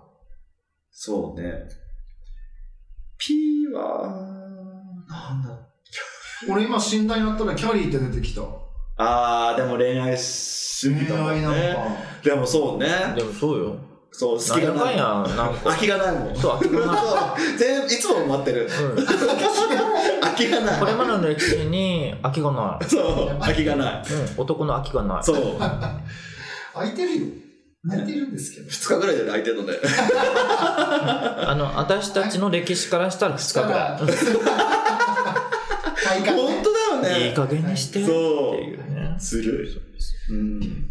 [SPEAKER 1] そうね P はなんだ
[SPEAKER 3] 俺今診断やったらキャリーって出てきた。
[SPEAKER 1] あーでも恋愛趣味だもん
[SPEAKER 3] 恋愛なの
[SPEAKER 1] ね
[SPEAKER 3] か。
[SPEAKER 1] でもそうね
[SPEAKER 2] でもそうよ
[SPEAKER 1] そう好
[SPEAKER 2] な
[SPEAKER 1] き
[SPEAKER 2] んや
[SPEAKER 1] が
[SPEAKER 2] か
[SPEAKER 1] なんい
[SPEAKER 2] やなんか
[SPEAKER 1] 飽きがないもん
[SPEAKER 2] そう飽きがない
[SPEAKER 1] そう全いつも待ってる
[SPEAKER 2] うん
[SPEAKER 1] 飽きがない
[SPEAKER 2] これまでの歴史に飽きがない、
[SPEAKER 1] そう飽きがない
[SPEAKER 2] うん、男の飽きがない
[SPEAKER 1] そう
[SPEAKER 3] 空いてるよ。空いてるんですけど。
[SPEAKER 1] 2日ぐらいで泣いてるので
[SPEAKER 2] あの私たちの歴史からしたら2日ぐらい
[SPEAKER 3] 体感ね
[SPEAKER 1] 本当だよ
[SPEAKER 2] うん
[SPEAKER 1] ね
[SPEAKER 2] いい加減にしてって
[SPEAKER 1] そう
[SPEAKER 2] いうね
[SPEAKER 1] ずるいうん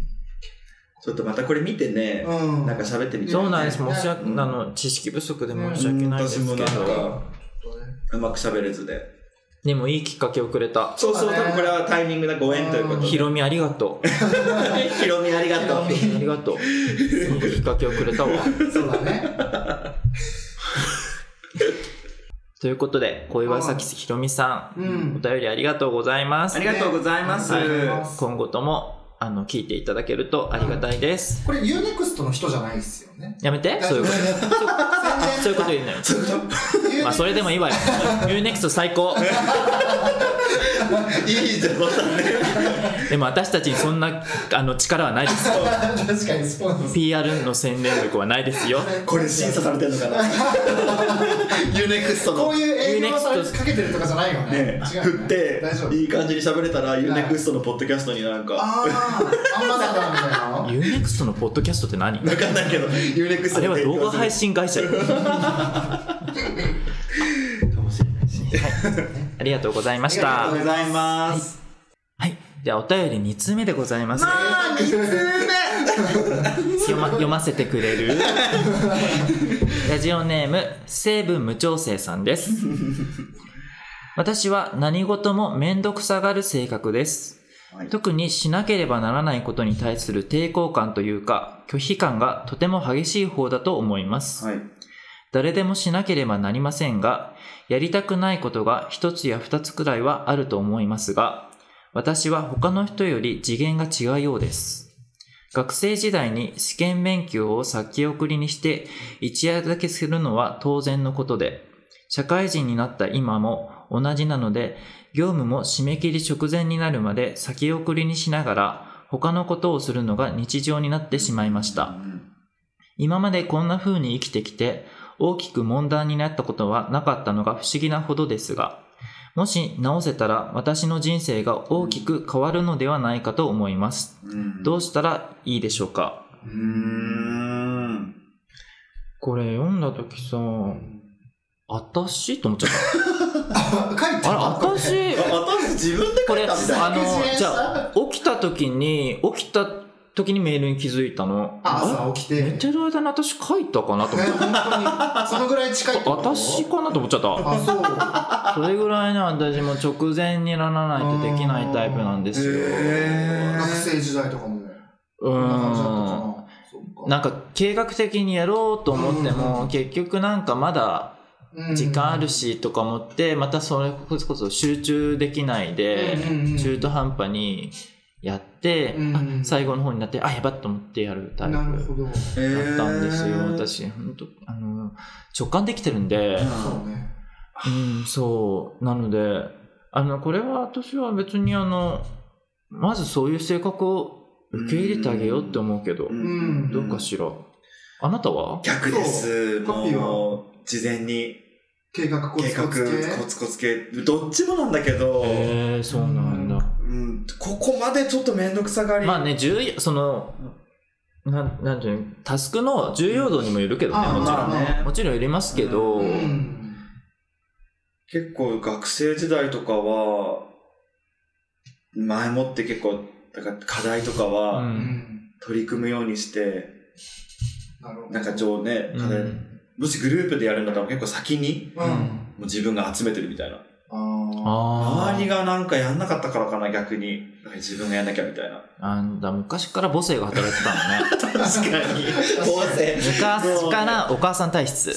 [SPEAKER 1] ちょっとまたこれ見てね、
[SPEAKER 3] うん。
[SPEAKER 1] なんか喋ってみて
[SPEAKER 2] そうなんです申し訳、
[SPEAKER 1] うん
[SPEAKER 2] あの知識不足で申し訳ないです
[SPEAKER 1] うん
[SPEAKER 2] け
[SPEAKER 1] 私もなん
[SPEAKER 2] ど
[SPEAKER 1] かうまく喋れずで
[SPEAKER 2] でもいいきっかけをくれた
[SPEAKER 1] そうそう
[SPEAKER 3] そうだ
[SPEAKER 1] 多
[SPEAKER 3] ね
[SPEAKER 1] 分これはタイミングなご縁ということで
[SPEAKER 2] ひろみありがとう
[SPEAKER 1] ひろみありがとう
[SPEAKER 2] ひろみありがとういいきっかけをくれたわ
[SPEAKER 3] そうだね。
[SPEAKER 2] ということで小岩崎ひろみさん、
[SPEAKER 3] うん
[SPEAKER 2] お便りありがとうございます
[SPEAKER 1] ありがとうございます、
[SPEAKER 3] ね
[SPEAKER 2] 今後ともあの聞いていただけるとありがたいです、
[SPEAKER 3] これ UNEXT の人じゃないですよね。
[SPEAKER 2] やめてそういうことそういうこと 言うのよ まあそれでもいいわよ UNEXT 最高
[SPEAKER 1] いいじゃんまたね
[SPEAKER 2] でも私たちにそんなあの力はないです
[SPEAKER 3] 確かにスポンス。
[SPEAKER 2] PR の宣伝力はないですよ
[SPEAKER 1] これ審査されてるのかな ユネクストの
[SPEAKER 3] こういう営業され
[SPEAKER 2] Unext
[SPEAKER 3] かけてるとかじゃないよね。
[SPEAKER 1] ね
[SPEAKER 3] 違うよね
[SPEAKER 1] 振って
[SPEAKER 3] 大丈夫。
[SPEAKER 1] いい感じに喋れたらユネクストのポッドキャストになんか
[SPEAKER 3] ああ、アンバサダーみたいなの。
[SPEAKER 2] UNEXT のポッドキャストって何
[SPEAKER 1] 分かんないけどユネクス
[SPEAKER 2] あ
[SPEAKER 1] ト
[SPEAKER 2] れ
[SPEAKER 1] の
[SPEAKER 2] は
[SPEAKER 1] 提供
[SPEAKER 2] 動画配
[SPEAKER 1] す
[SPEAKER 2] 信会社よ
[SPEAKER 1] るかもしれないし
[SPEAKER 2] ありがとうございまし
[SPEAKER 1] あり
[SPEAKER 2] た
[SPEAKER 1] がとうございます
[SPEAKER 2] はいじゃあお便り2通目でございます、
[SPEAKER 1] あー二通
[SPEAKER 2] 読ま読ませてく れるラジオネーム成分無調整さんです私は何事も面倒くさがる性格です
[SPEAKER 1] 目はい
[SPEAKER 2] 特にしなければならないことに対する抵抗感というか拒否感がとても激しい方だと思います、
[SPEAKER 1] はい
[SPEAKER 2] 誰でもしなければなりませんがやりたくないことが一つや二つくらいはあると思いますが私は他の人より次元が違うようです学生時代に試験勉強を先送りにして一夜だけするのは当然のことで社会人になった今も同じなので業務も締め切り直前になるまで先送りにしながら他のことをするのが日常になってしまいました
[SPEAKER 1] うん
[SPEAKER 2] 今までこんな風に生きてきて大きく問題になったことはなかったのが不思議なほどですがもし直せたら私の人生が大きく変わるのではないかと思います
[SPEAKER 1] うん
[SPEAKER 2] どうしたらいいでしょうか
[SPEAKER 1] うーん
[SPEAKER 2] これ読んだ時さあたしと思っちゃっ
[SPEAKER 3] あ書いて
[SPEAKER 2] た あれあたし
[SPEAKER 1] あ私自分で
[SPEAKER 2] これあ
[SPEAKER 1] みたい
[SPEAKER 2] のじゃあ起きた時に起きた時にメールに気づいたの
[SPEAKER 3] あ朝起きて
[SPEAKER 2] あれ寝てる間に私書いたかなと思っ
[SPEAKER 3] ね
[SPEAKER 2] て
[SPEAKER 3] 本当にそのぐらい近いってこと
[SPEAKER 2] 私かなと思っちゃった
[SPEAKER 3] あそう
[SPEAKER 2] それぐらいね私も直前にならないとできないタイプなんですよ。
[SPEAKER 1] へ
[SPEAKER 3] 学生時代とかも
[SPEAKER 2] う
[SPEAKER 3] こんな感じだった
[SPEAKER 2] ー
[SPEAKER 3] か
[SPEAKER 2] ん
[SPEAKER 3] なそっ
[SPEAKER 2] なんか計画的にやろうと思って
[SPEAKER 3] う
[SPEAKER 2] も
[SPEAKER 3] ん
[SPEAKER 2] 結局なんかまだ
[SPEAKER 3] うん
[SPEAKER 2] 時間あるしとか思ってまたそれこそ集中できないで
[SPEAKER 3] うんうんうん
[SPEAKER 2] 中途半端にやって
[SPEAKER 3] うんうん
[SPEAKER 2] あ最後の方になってあやばっと思ってやるタイプ
[SPEAKER 3] な
[SPEAKER 2] だ
[SPEAKER 3] るほ
[SPEAKER 2] っ
[SPEAKER 3] どそ
[SPEAKER 2] たんですよ
[SPEAKER 1] へ
[SPEAKER 2] 私本当あの直感できてるんで。
[SPEAKER 1] ー
[SPEAKER 3] うね
[SPEAKER 2] うん、そう。なので、あの、これは私は別にあの、まずそういう性格を受け入れてあげようって思うけど、
[SPEAKER 3] ん
[SPEAKER 2] どうかしら。あなたは
[SPEAKER 1] 逆です
[SPEAKER 3] そうコピーは
[SPEAKER 1] もう事前に
[SPEAKER 3] 計画コ
[SPEAKER 1] 計
[SPEAKER 3] ツ
[SPEAKER 1] 画
[SPEAKER 3] コ
[SPEAKER 1] コツ
[SPEAKER 3] ツ系
[SPEAKER 1] コツコツ系どっちもなんだけど、
[SPEAKER 2] えー、そうなんだ。
[SPEAKER 1] うん、ここまでちょっと面倒くさがり、
[SPEAKER 2] まあね、重要、その、なん、なんていうの、タスクの重要度にもよるけどね、
[SPEAKER 3] あ
[SPEAKER 2] もちろ
[SPEAKER 1] ま
[SPEAKER 2] ん。
[SPEAKER 1] あね
[SPEAKER 2] もちろんよりますけど、
[SPEAKER 1] う
[SPEAKER 3] うん
[SPEAKER 1] 結構学生時代とかは前もって結構だから課題とか
[SPEAKER 2] う
[SPEAKER 1] は
[SPEAKER 2] ん。
[SPEAKER 1] 取り組むようにして、
[SPEAKER 3] なるほど
[SPEAKER 1] なんか上ね課題、もしグループでやるんだったら結構先に
[SPEAKER 3] うん
[SPEAKER 1] もう自分が集めてるみたいな
[SPEAKER 3] あ
[SPEAKER 2] あ
[SPEAKER 1] 周り
[SPEAKER 2] ー
[SPEAKER 1] がなんかやんなかったからかな逆になんか自分がやんなきゃみたいな
[SPEAKER 2] あんだ、昔から母性が働いてたのね。
[SPEAKER 1] 確かに構成
[SPEAKER 2] 昔からお母さん体質。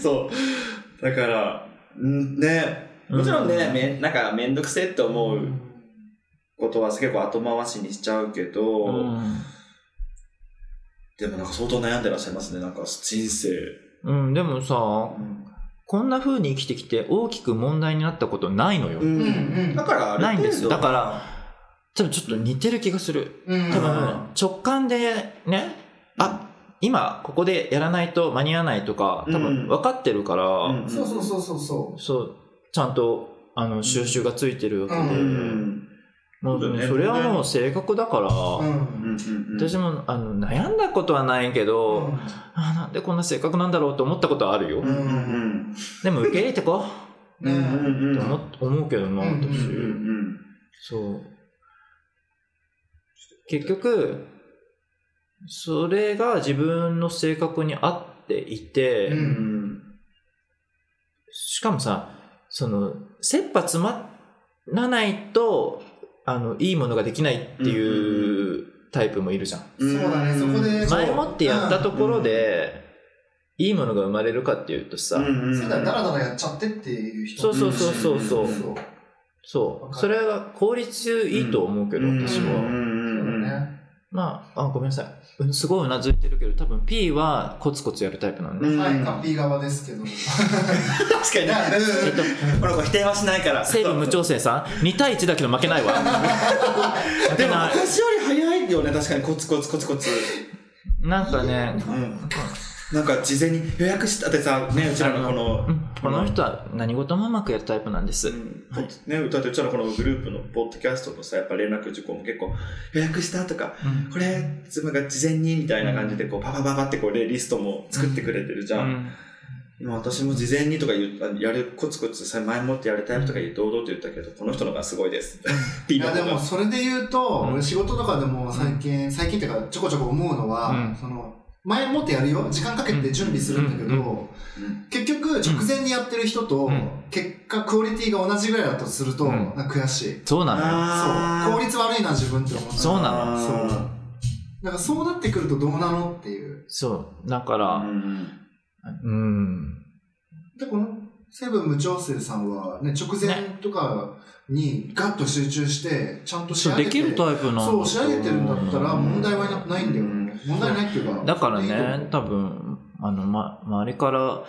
[SPEAKER 1] そう。だから、んね、もちろんね、
[SPEAKER 2] うん
[SPEAKER 1] めなんかめんどくせえって
[SPEAKER 3] ー
[SPEAKER 1] 思うことは結構後回しにしちゃうけど、
[SPEAKER 2] うん
[SPEAKER 1] でもなんか相当悩んでらっしゃいますね、なんか人生。
[SPEAKER 2] うん、でもさ、こんな風に生きてきて大きく問題になったことないのよ。
[SPEAKER 1] うん
[SPEAKER 3] うんうん
[SPEAKER 1] だからある程度
[SPEAKER 2] ないんですよだから、多分ちょっと似てる気がする。
[SPEAKER 3] うん
[SPEAKER 2] 多分直感でね、あ、今ここでやらないと間に合わないとか、多
[SPEAKER 1] うん
[SPEAKER 2] 分分かってるから、
[SPEAKER 1] うん
[SPEAKER 3] そうそうそうそうそ
[SPEAKER 2] そう、ちゃんと、あの、収集がついてるわけで、
[SPEAKER 1] う。
[SPEAKER 3] うん
[SPEAKER 2] もう
[SPEAKER 1] そうだよね
[SPEAKER 2] それはもう性格だから、
[SPEAKER 3] ううん
[SPEAKER 1] うんうん
[SPEAKER 2] 私もあの悩んだことはないけど、あなんでこんな性格なんだろうと思ったことはあるよ、
[SPEAKER 1] うんうん
[SPEAKER 2] でも受け入れてこ
[SPEAKER 1] うん。う
[SPEAKER 3] ね
[SPEAKER 1] んうんうん。
[SPEAKER 2] うと思思うけどな
[SPEAKER 3] うん
[SPEAKER 2] 私、
[SPEAKER 1] うんうん
[SPEAKER 2] そう結局それが自分の性格に合っていて、
[SPEAKER 3] う
[SPEAKER 1] うんん
[SPEAKER 2] しかもさその切羽詰まらないとあのいいものができないっていうタイプもいるじゃん、
[SPEAKER 1] うん。
[SPEAKER 3] そうだねそこで
[SPEAKER 2] 前もってやったところで、いいものが生まれるかっていうとさ、
[SPEAKER 1] うんうん
[SPEAKER 3] そうだよダラダラやっちゃってっていう人
[SPEAKER 2] そうそうそうそうそう、
[SPEAKER 1] うん
[SPEAKER 3] そう
[SPEAKER 2] そ
[SPEAKER 3] わ
[SPEAKER 2] う
[SPEAKER 3] かる
[SPEAKER 2] それは効率いいと思うけど、
[SPEAKER 1] うん
[SPEAKER 2] 私
[SPEAKER 1] うん
[SPEAKER 2] は、
[SPEAKER 1] うんうんうん
[SPEAKER 3] ね
[SPEAKER 2] まあ、あ、ごめんなさい。うんすごいうなずいてるけど、多分 P はコツコツやるタイプなのね。
[SPEAKER 1] うん
[SPEAKER 3] はい、カッピー側ですけど。
[SPEAKER 1] 確かにね
[SPEAKER 2] え っと、
[SPEAKER 1] この子否定はしないから。
[SPEAKER 2] 西武無調整さん、2対1だけど負けないわ。負
[SPEAKER 1] で
[SPEAKER 2] け
[SPEAKER 1] も
[SPEAKER 2] ない。
[SPEAKER 1] 私より早いよね、確かにコツコツコツコツ。
[SPEAKER 2] なんかね、
[SPEAKER 1] うん。なんか事前に予約したってさ、ね、うちらのこの
[SPEAKER 2] う、んこの人は何事もうまくやるタイプなんです。
[SPEAKER 1] うんね、歌ってうちらのこのグループのポッドキャストのさ、やっぱ連絡事項も結構予約したとか、
[SPEAKER 2] うん
[SPEAKER 1] これ、妻が事前にみたいな感じでこう、パパパパってこう、ね、リストも作ってくれてるじゃん。
[SPEAKER 2] うん
[SPEAKER 1] 今私も事前にとか言う、あやる、コツコツさ、前もってやるタイプとか言う、堂々と言ったけど、この人の方がすごいです。 ピー
[SPEAKER 3] い
[SPEAKER 1] の
[SPEAKER 3] や
[SPEAKER 1] 方
[SPEAKER 3] で
[SPEAKER 1] が
[SPEAKER 3] もそれで言うと、
[SPEAKER 2] うん
[SPEAKER 3] 俺仕事とかでも最近、最近っていうかちょこちょこ思うのは、
[SPEAKER 2] うん
[SPEAKER 3] その前もってやるよ時間かけて準備するんだけど、
[SPEAKER 2] うんう
[SPEAKER 1] うん
[SPEAKER 3] 結局直前にやってる人と、
[SPEAKER 2] うん
[SPEAKER 3] 結果クオリティが同じぐらいだとすると、
[SPEAKER 2] うん
[SPEAKER 3] なんか悔しい、
[SPEAKER 2] そうなのよ。
[SPEAKER 1] あ
[SPEAKER 3] そう
[SPEAKER 1] ー
[SPEAKER 3] 効率悪いな自分って思った
[SPEAKER 2] そうなの
[SPEAKER 1] あー
[SPEAKER 3] そうだからそうなってくるとどうなのっていう
[SPEAKER 2] そう。だから、
[SPEAKER 1] うん
[SPEAKER 2] うん。
[SPEAKER 3] でこのセブン無調整さんはね直前とかにガッと集中してちゃんと仕
[SPEAKER 2] そう
[SPEAKER 3] 上げ
[SPEAKER 2] で
[SPEAKER 3] て
[SPEAKER 2] きるタイプなんだと
[SPEAKER 3] そ
[SPEAKER 2] 思
[SPEAKER 3] う仕上げてるんだったら問題はなないんだよ、
[SPEAKER 1] うん
[SPEAKER 3] 問題ないっていうか
[SPEAKER 2] だから
[SPEAKER 3] いいと思う
[SPEAKER 2] ね、多分、あの、ま、周りから、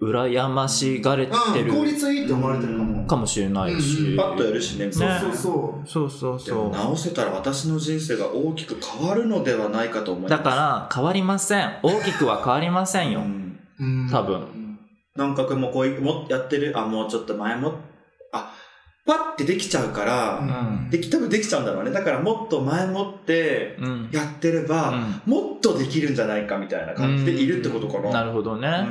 [SPEAKER 2] 羨ましがれて
[SPEAKER 3] うん、効
[SPEAKER 2] る
[SPEAKER 3] 率いいって思われてるかも。
[SPEAKER 2] かもしれない
[SPEAKER 3] うんう
[SPEAKER 2] し。
[SPEAKER 3] ん
[SPEAKER 1] パッとやるしね、
[SPEAKER 3] そうそうそ
[SPEAKER 2] そうそう
[SPEAKER 1] でも
[SPEAKER 2] そ。
[SPEAKER 1] 直せたら私の人生が大きく変わるのではないかと思いうます。
[SPEAKER 2] だから、変わりません。大きくは変わりませんよ
[SPEAKER 1] う。ん
[SPEAKER 3] う。うん
[SPEAKER 2] 多分。
[SPEAKER 1] なんかもうこういうもやってるあもうちょっと前もあパッてできちゃうから、
[SPEAKER 2] ん
[SPEAKER 1] でき多分できちゃうんだろうねだからもっと前もって
[SPEAKER 2] うん。
[SPEAKER 1] やってれば、
[SPEAKER 2] うん
[SPEAKER 1] もっとできるんじゃないかみたいな感じでいるってことかな,、うん、
[SPEAKER 2] なるほどね。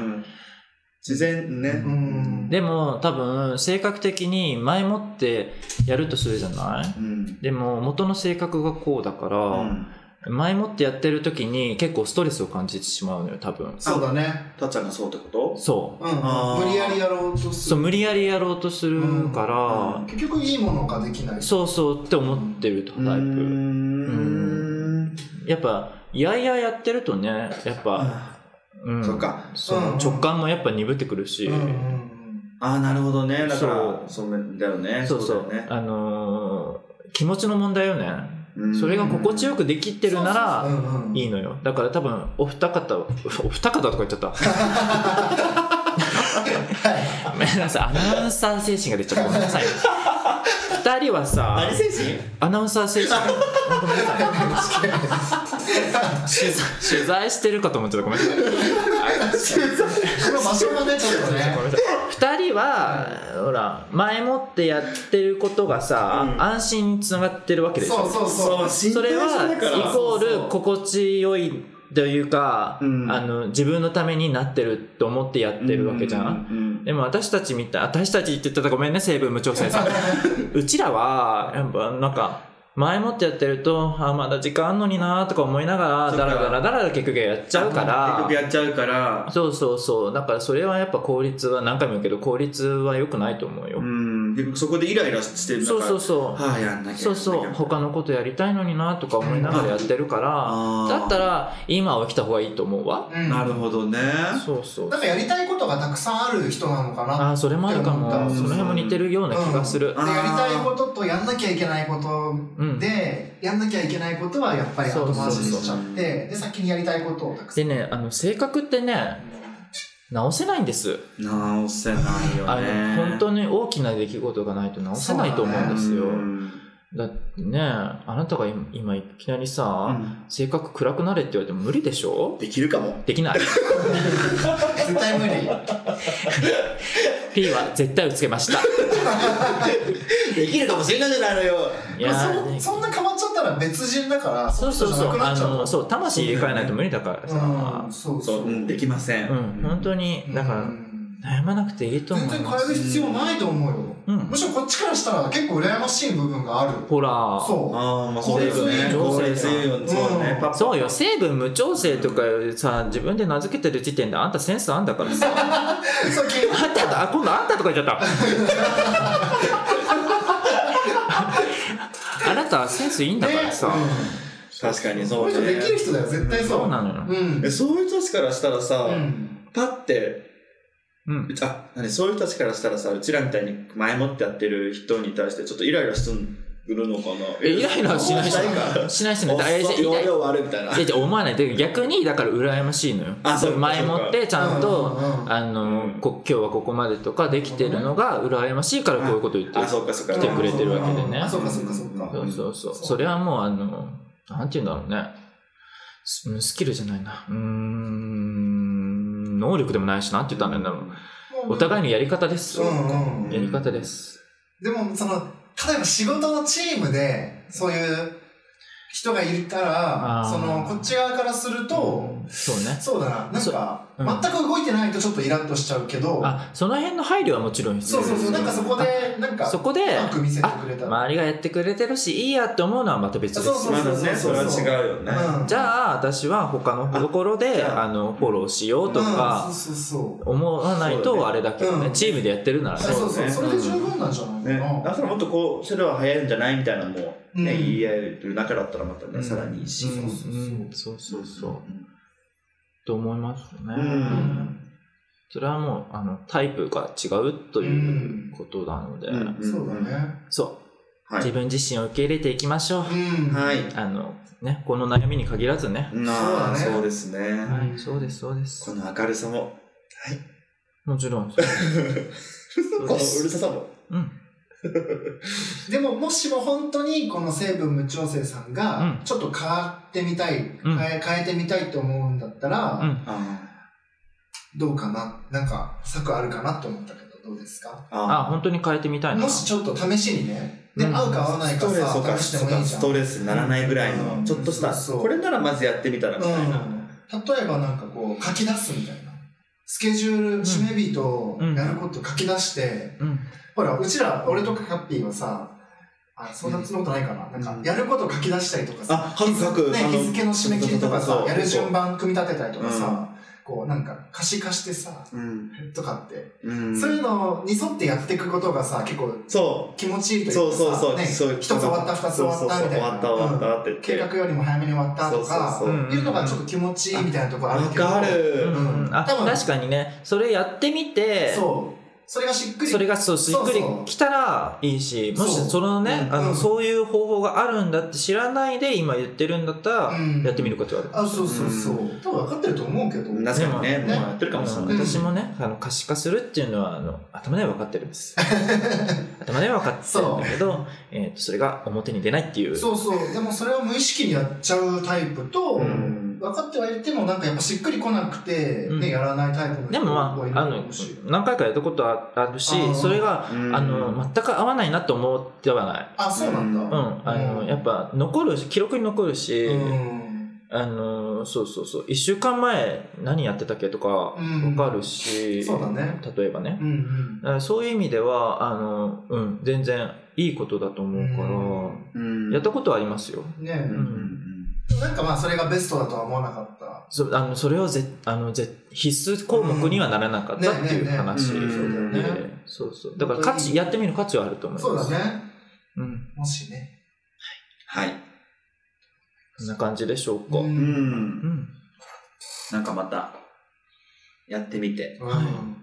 [SPEAKER 1] 自然ね、
[SPEAKER 2] うんでも、多分、性格的に前もってやるとするじゃない
[SPEAKER 1] うん
[SPEAKER 2] でも、元の性格がこうだから、前もってやってる時に結構ストレスを感じてしまうのよ、多分。
[SPEAKER 3] そうだね。
[SPEAKER 1] たっちゃんがそうってこと
[SPEAKER 2] そう。
[SPEAKER 3] うん
[SPEAKER 1] あー
[SPEAKER 3] 無理やりやろうとす
[SPEAKER 2] そう
[SPEAKER 3] る。
[SPEAKER 2] 無理やりやろうとする
[SPEAKER 1] う
[SPEAKER 2] か
[SPEAKER 3] 結局いいものができない。
[SPEAKER 2] らそうそうって思ってるタイ
[SPEAKER 1] うー
[SPEAKER 2] プ
[SPEAKER 1] ん
[SPEAKER 2] やっぱいやいややってるとねやっぱ、
[SPEAKER 1] あ
[SPEAKER 2] うん
[SPEAKER 1] そっか
[SPEAKER 2] そ
[SPEAKER 3] うんう
[SPEAKER 2] の
[SPEAKER 3] ん
[SPEAKER 2] 直感もやっぱ鈍ってくるし、
[SPEAKER 3] うんうん
[SPEAKER 1] あーなるほどねだから
[SPEAKER 2] そう
[SPEAKER 1] そうだよね
[SPEAKER 2] そうそう
[SPEAKER 1] だよね
[SPEAKER 2] あのー気持ちの問題よね
[SPEAKER 1] うん
[SPEAKER 2] それが心地よくできてるな
[SPEAKER 3] う
[SPEAKER 2] ら
[SPEAKER 3] んうん
[SPEAKER 2] い いのよだから多分お二方お二方とか言っちゃったごめんなさいアナウンサー精神が出ちゃったごめんなさい二人はさ
[SPEAKER 1] 何精神
[SPEAKER 2] アナウンサー精神 ごめんなさい取材取材してるかと思っちゃったごめんなさい
[SPEAKER 3] この場所がね、ちょっとね。
[SPEAKER 2] 2人はほら前もってやってることがさ、
[SPEAKER 1] うん
[SPEAKER 2] 安心につながってるわけでしょ
[SPEAKER 3] そうそうそう。
[SPEAKER 1] そう
[SPEAKER 2] それ
[SPEAKER 1] 心
[SPEAKER 2] は
[SPEAKER 1] 配性だから
[SPEAKER 2] イコール心地よいというか、
[SPEAKER 1] うん
[SPEAKER 2] あの自分のためになってると思ってやってるわけじゃん、
[SPEAKER 1] うん
[SPEAKER 2] でも私たちみたい私たちって言ってたらごめんね成分無調 整さんうちらはやっぱなんか前もってやってるとあまだ時間あんのになーとか思いなが
[SPEAKER 1] そ
[SPEAKER 2] ら
[SPEAKER 1] っ
[SPEAKER 2] ダ
[SPEAKER 1] か
[SPEAKER 2] ラダラダラダラ結局やっちゃうか
[SPEAKER 1] 結
[SPEAKER 2] ら
[SPEAKER 1] 局やっちゃうから
[SPEAKER 2] そうそうそうだからそれはやっぱ効率は何回も言うけど効率は良くないと思うよ、
[SPEAKER 1] うん結局そこでイライラしてる
[SPEAKER 2] そうそうそう、
[SPEAKER 1] はあやんなきゃ
[SPEAKER 2] そうそう他のことやりたいのになとか思いながらやってるから
[SPEAKER 1] あー
[SPEAKER 2] だったら今は来た方がいいと思うわ
[SPEAKER 3] うん
[SPEAKER 1] なるほどね
[SPEAKER 2] そうそう
[SPEAKER 3] なんかやりたいことがたくさんある人なのかな。
[SPEAKER 2] ああそれもあるかも
[SPEAKER 3] うん
[SPEAKER 2] その辺も似てるような気がする
[SPEAKER 1] あー
[SPEAKER 3] でやりたいこととやんなきゃいけないことで、やんなきゃいけないことはやっぱり後回しにしち
[SPEAKER 1] そ
[SPEAKER 3] ゃ
[SPEAKER 1] うそうそう
[SPEAKER 3] って、で、先にやりたいことをたくさん。
[SPEAKER 2] でねあの性格ってね直せないんです
[SPEAKER 1] 直せないよ
[SPEAKER 2] あ
[SPEAKER 1] ね
[SPEAKER 2] の本当に大きな出来事がないと直せないと思うんですよだってねあなたが今今いきなり
[SPEAKER 1] う
[SPEAKER 2] さ、
[SPEAKER 1] ん
[SPEAKER 2] 性格暗くなれって言われても無理でしょ
[SPEAKER 1] できるかも
[SPEAKER 2] できない
[SPEAKER 3] 絶対無理。
[SPEAKER 2] P は絶対をつけました
[SPEAKER 1] できるかもしれないじゃないのよ
[SPEAKER 2] いやー
[SPEAKER 3] そ
[SPEAKER 2] ね
[SPEAKER 3] そんな変わっちゃったら別人だから
[SPEAKER 2] そうそう
[SPEAKER 3] そ
[SPEAKER 2] そ
[SPEAKER 3] の
[SPEAKER 2] う
[SPEAKER 3] 人じゃなくな
[SPEAKER 2] あ
[SPEAKER 3] っちゃうもん
[SPEAKER 2] のそう魂入れ替えないと無理だからさ
[SPEAKER 3] うんそう
[SPEAKER 1] そ
[SPEAKER 3] そうう
[SPEAKER 1] うんできません
[SPEAKER 2] うん、本当
[SPEAKER 1] に
[SPEAKER 2] に
[SPEAKER 3] うん
[SPEAKER 2] だから悩まなくていいと思い
[SPEAKER 3] 全然
[SPEAKER 2] ま
[SPEAKER 3] 変え
[SPEAKER 2] す
[SPEAKER 3] る必要ないと思うよ、
[SPEAKER 2] うん
[SPEAKER 3] むしろこっちからしたら結構羨ましい部分がある
[SPEAKER 2] ほら
[SPEAKER 3] そ
[SPEAKER 1] ああまあそうですよね
[SPEAKER 2] こ
[SPEAKER 1] こ
[SPEAKER 2] れ
[SPEAKER 1] れ
[SPEAKER 2] 強
[SPEAKER 1] 強
[SPEAKER 2] い
[SPEAKER 1] いよそうね
[SPEAKER 3] うん
[SPEAKER 1] パパ
[SPEAKER 2] そうよ成分無調整とかさ自分で名付けてる時点であんたセンスあんだから さ
[SPEAKER 3] うそう結
[SPEAKER 2] あんたとあ今度あんたとか言っちゃ ったあなたはセンスいいんだからさ、
[SPEAKER 1] 確かに
[SPEAKER 3] こ
[SPEAKER 1] そう
[SPEAKER 3] いうう人
[SPEAKER 1] ね
[SPEAKER 3] できる人だよ絶対そう
[SPEAKER 2] そうなのよ
[SPEAKER 3] う、ん
[SPEAKER 1] えそういう人たちからしたらさ
[SPEAKER 3] うん
[SPEAKER 1] パって
[SPEAKER 2] うん
[SPEAKER 1] うちあ何そういう人たちからしたらさうちらみたいに前もってやってる人に対してちょっとイライラするいるのかな
[SPEAKER 2] えイライラはしないし
[SPEAKER 1] しないか。
[SPEAKER 2] しないし
[SPEAKER 1] お
[SPEAKER 2] ない
[SPEAKER 1] っ
[SPEAKER 2] 大事
[SPEAKER 1] そ
[SPEAKER 2] いや
[SPEAKER 1] 容
[SPEAKER 2] いや
[SPEAKER 1] 量悪いみたいな。
[SPEAKER 2] いや思わないてか逆にだから羨ましいのよ
[SPEAKER 1] あそうか
[SPEAKER 2] 前もってちゃんと、
[SPEAKER 3] うんうんうん
[SPEAKER 2] あの、
[SPEAKER 1] うん
[SPEAKER 2] こ今日はここまでとかできてるのが羨ましいからこういうこと言ってる
[SPEAKER 1] あ、そうかそうか。
[SPEAKER 2] 来てくれてるわけでね
[SPEAKER 3] あ、そうかそうかそうか。
[SPEAKER 2] そうそうそう。それはもう、あの、なんて言うんだろうね。スうんスキルじゃないな。うーん、能力でもないし、なんて言ったらいいんだろう。お互いのやり方です。
[SPEAKER 3] うんうん
[SPEAKER 2] やり方です。
[SPEAKER 3] でも、その、例えば仕事のチームで、そういう人がいた
[SPEAKER 2] あ
[SPEAKER 3] ら、
[SPEAKER 2] ー
[SPEAKER 3] その、こっち側からすると、
[SPEAKER 2] そうね。
[SPEAKER 3] そうだな、なん
[SPEAKER 2] そう
[SPEAKER 3] か、
[SPEAKER 2] うん
[SPEAKER 3] 全く動いてないとちょっとイラッとしちゃうけど、
[SPEAKER 2] あ、その辺の配慮はもちろん必
[SPEAKER 3] そ
[SPEAKER 2] 要
[SPEAKER 3] う
[SPEAKER 2] ですよ
[SPEAKER 3] そうそう、なんかそこで、なんか、
[SPEAKER 2] そこで、
[SPEAKER 3] うまく見せてくれたら。
[SPEAKER 2] 周りがやってくれてるし、いいやって思うのはまた別です
[SPEAKER 3] そう。そう
[SPEAKER 1] まだね、それは違うよね。
[SPEAKER 3] うん
[SPEAKER 2] じゃあ、私は他のところで、
[SPEAKER 1] あ
[SPEAKER 2] あの、フォローしようと
[SPEAKER 3] うん
[SPEAKER 2] か、
[SPEAKER 3] そうそうそう。
[SPEAKER 2] 思わない
[SPEAKER 1] そうだ
[SPEAKER 2] と
[SPEAKER 1] ね
[SPEAKER 2] あれだけど
[SPEAKER 3] う
[SPEAKER 2] ね、
[SPEAKER 3] ん
[SPEAKER 2] チームでやってるなら
[SPEAKER 3] あ
[SPEAKER 2] ね。
[SPEAKER 3] そう
[SPEAKER 1] そう
[SPEAKER 3] そう、
[SPEAKER 1] ね
[SPEAKER 3] それで十分なんじゃない
[SPEAKER 1] ね
[SPEAKER 3] か、
[SPEAKER 1] だ
[SPEAKER 3] な。
[SPEAKER 1] からもっとこう、それは早いんじゃないみたいなのも、ね、
[SPEAKER 3] うん
[SPEAKER 1] 言い合える中だったらまた
[SPEAKER 2] う
[SPEAKER 1] ね、
[SPEAKER 2] ん
[SPEAKER 1] さらにいいし。
[SPEAKER 2] うん
[SPEAKER 3] そうそうそう
[SPEAKER 2] うんそうそうそう。と思いますね。
[SPEAKER 1] うん
[SPEAKER 2] それはもうあのタイプが違うということなので、
[SPEAKER 1] うん
[SPEAKER 3] そうだね。
[SPEAKER 2] そう、
[SPEAKER 1] は
[SPEAKER 2] 自
[SPEAKER 1] い。
[SPEAKER 2] 分自身を受け入れていきましょう。
[SPEAKER 3] うん。
[SPEAKER 1] はい。
[SPEAKER 2] あのね、この悩みに限らずね。
[SPEAKER 1] なあ、
[SPEAKER 3] そう
[SPEAKER 1] そ
[SPEAKER 3] だね
[SPEAKER 1] うですね。
[SPEAKER 3] ん
[SPEAKER 2] はい、そうです、そうです
[SPEAKER 1] こ。の明るさも、
[SPEAKER 2] もちろ ん。
[SPEAKER 1] このうるささも。
[SPEAKER 2] うん。
[SPEAKER 3] でももしも本当にこの成分無調整さんが
[SPEAKER 2] うん
[SPEAKER 3] ちょっと変わってみたい、
[SPEAKER 2] うん
[SPEAKER 3] 変え変えてみたいと思うんだったら、
[SPEAKER 2] うん。
[SPEAKER 1] あ
[SPEAKER 3] どうかななんか策あるかなと思ったけどどうですか
[SPEAKER 2] あ、
[SPEAKER 1] あ
[SPEAKER 2] 本当に変えてみたいな。
[SPEAKER 3] もしちょっと試しにねで、
[SPEAKER 2] うん
[SPEAKER 3] 合うか合わない
[SPEAKER 1] ス
[SPEAKER 3] か
[SPEAKER 1] トレスと
[SPEAKER 3] さ
[SPEAKER 1] か
[SPEAKER 3] 試してもいいじゃ
[SPEAKER 1] ス
[SPEAKER 3] ん
[SPEAKER 1] トレスにならないぐらいの、
[SPEAKER 3] うん
[SPEAKER 1] ちょっとした、
[SPEAKER 3] そうそう
[SPEAKER 1] これならまずやってみたらみたいな。
[SPEAKER 3] うん、例えばなんかこう書き出すみたいなスケジュール締め日と
[SPEAKER 2] うん
[SPEAKER 3] やること書き出して、
[SPEAKER 2] うん。
[SPEAKER 3] ほらうちら俺とかカッピーはさあそんなそんなことないかな,、
[SPEAKER 1] うん
[SPEAKER 3] なんかやること書き出したりとかさ、
[SPEAKER 1] あ、書く書く。
[SPEAKER 3] ね、
[SPEAKER 1] あの
[SPEAKER 3] 日付の締め切りと
[SPEAKER 1] そう
[SPEAKER 3] かさ
[SPEAKER 1] そう、そう
[SPEAKER 3] やる順番組み立てたりとか
[SPEAKER 1] う
[SPEAKER 3] さ、こうなんか可視化してさ、
[SPEAKER 1] うん。
[SPEAKER 3] とかって、
[SPEAKER 1] うん。
[SPEAKER 3] そういうのに沿ってやっていくことがさ、結構
[SPEAKER 1] そ。
[SPEAKER 3] 気持ちいいうと
[SPEAKER 1] そ
[SPEAKER 3] いう
[SPEAKER 1] う
[SPEAKER 3] か
[SPEAKER 1] そう
[SPEAKER 3] さ、
[SPEAKER 1] そう。
[SPEAKER 3] ね、
[SPEAKER 1] そういう
[SPEAKER 3] 一つ終わった、二つ終わったみたいな。
[SPEAKER 1] そうそうそう終わった終
[SPEAKER 3] うん
[SPEAKER 1] わったって言って。
[SPEAKER 3] 計画よりも早めに終わったと
[SPEAKER 1] そ
[SPEAKER 3] か
[SPEAKER 1] うそうそう、
[SPEAKER 3] いうのがちょっと気持ちいいみたいなところあるけど。
[SPEAKER 1] わか
[SPEAKER 2] う
[SPEAKER 1] る。
[SPEAKER 2] んうんあ
[SPEAKER 3] 多分
[SPEAKER 2] 確かにね、それやってみて、
[SPEAKER 3] そう。それがしっくり。
[SPEAKER 2] それがそうしっくり
[SPEAKER 3] そうそう
[SPEAKER 2] きたらいいしも
[SPEAKER 3] そう
[SPEAKER 2] しそのね、
[SPEAKER 3] うん
[SPEAKER 2] あ
[SPEAKER 3] う
[SPEAKER 2] の
[SPEAKER 3] ん
[SPEAKER 2] そういう方法があるんだって知らないで今言ってるんだったら
[SPEAKER 3] うん
[SPEAKER 2] やってみることはある、
[SPEAKER 3] あ、そうそうそう。多分分かってると思うけど。
[SPEAKER 1] うん確かにね、
[SPEAKER 2] で
[SPEAKER 1] も
[SPEAKER 2] も
[SPEAKER 1] うやってるかもしれ
[SPEAKER 2] あ
[SPEAKER 1] な
[SPEAKER 2] の
[SPEAKER 1] い。
[SPEAKER 3] うん
[SPEAKER 2] 私もねあの可視化するっていうのはあの頭では分かってるんです 頭では分かってるんだけどえーとそれが表に出ないっていう
[SPEAKER 3] そうそう。でもそれを無意識にやっちゃうタイプと、
[SPEAKER 1] うん
[SPEAKER 3] 分かってはいてもなんかやっぱしっくりこなくて、
[SPEAKER 2] うん
[SPEAKER 3] ねやらないタイプの
[SPEAKER 2] で
[SPEAKER 3] 人
[SPEAKER 2] もま
[SPEAKER 3] いる
[SPEAKER 2] ああ
[SPEAKER 3] と
[SPEAKER 2] の
[SPEAKER 3] 思うし
[SPEAKER 2] 何回かやったことはあるし
[SPEAKER 3] あー
[SPEAKER 2] それが
[SPEAKER 1] うん
[SPEAKER 2] あの全く合わないなと思ってはない
[SPEAKER 3] あそうなんだ、
[SPEAKER 1] う
[SPEAKER 2] うんあのやっぱ残るし記録に残るし、
[SPEAKER 3] うん
[SPEAKER 2] あのーそうそうそう1週間前何やってたっけとか
[SPEAKER 3] う
[SPEAKER 2] 分
[SPEAKER 3] ん
[SPEAKER 2] かるし、
[SPEAKER 3] そうだね
[SPEAKER 2] 例えばね
[SPEAKER 3] う、ん
[SPEAKER 2] あそういう意味ではあの、うん、全然いいことだと思うから、
[SPEAKER 1] うん
[SPEAKER 2] やったことはありますよ
[SPEAKER 3] うんね
[SPEAKER 1] うんうん
[SPEAKER 3] なんかまあそれがベストだとは思わなかった
[SPEAKER 2] そあのそれをぜあのぜ必須項目にはならなかったっていう話
[SPEAKER 1] うんねねねうん
[SPEAKER 2] で
[SPEAKER 3] そ
[SPEAKER 2] そ
[SPEAKER 3] うだよ
[SPEAKER 2] うそうだから価値やってみる価値はあると思います
[SPEAKER 3] そうだ、ね
[SPEAKER 2] うん、
[SPEAKER 3] もしね
[SPEAKER 1] はい。
[SPEAKER 2] こんな感じでしょうか、
[SPEAKER 3] う
[SPEAKER 1] うんん
[SPEAKER 2] う。ん
[SPEAKER 1] なんかまた、やってみて、
[SPEAKER 3] うん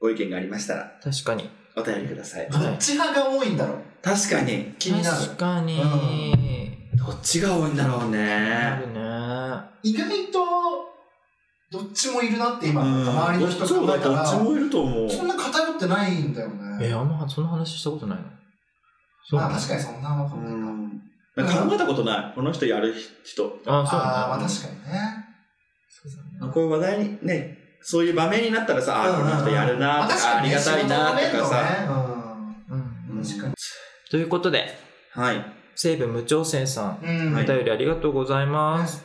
[SPEAKER 1] ご意見がありましたら、
[SPEAKER 2] 確かに
[SPEAKER 1] お便りください。
[SPEAKER 3] どっち派が多いんだろう
[SPEAKER 1] 確かに、
[SPEAKER 3] 気になる
[SPEAKER 2] 確かに、
[SPEAKER 1] どっちが多いんだろう
[SPEAKER 2] あ
[SPEAKER 1] ね。
[SPEAKER 2] るね
[SPEAKER 3] 意外とどっちもいるなって今
[SPEAKER 1] うん
[SPEAKER 3] 周りの人考
[SPEAKER 1] そうだ
[SPEAKER 3] え
[SPEAKER 1] って
[SPEAKER 3] た
[SPEAKER 1] どっ
[SPEAKER 3] ら
[SPEAKER 1] ちもいると思う。
[SPEAKER 3] そんな偏ってないんだよ
[SPEAKER 2] え
[SPEAKER 3] ね
[SPEAKER 2] あんまそんな話したことないのそう
[SPEAKER 3] まあ確かにそんなわかんない
[SPEAKER 1] な
[SPEAKER 3] な
[SPEAKER 1] んか考えたことない。この人やる人。
[SPEAKER 2] あそう
[SPEAKER 3] あ
[SPEAKER 2] だ
[SPEAKER 3] あまあ
[SPEAKER 2] ね
[SPEAKER 3] 確かにね
[SPEAKER 2] そうだね
[SPEAKER 1] こういう話題にね、そういう場面になったらさ、あーこの人やるな
[SPEAKER 3] あ
[SPEAKER 1] と
[SPEAKER 3] 確
[SPEAKER 1] か、
[SPEAKER 3] か
[SPEAKER 1] あ
[SPEAKER 3] に
[SPEAKER 1] り
[SPEAKER 3] ね
[SPEAKER 1] がたいなとかさ。
[SPEAKER 3] 仕事の面
[SPEAKER 2] う
[SPEAKER 1] うんん
[SPEAKER 3] 確かに
[SPEAKER 2] ということで
[SPEAKER 1] はい。
[SPEAKER 2] 西武無調整さん
[SPEAKER 3] 倒ねうんうん
[SPEAKER 2] お便りありがとうございます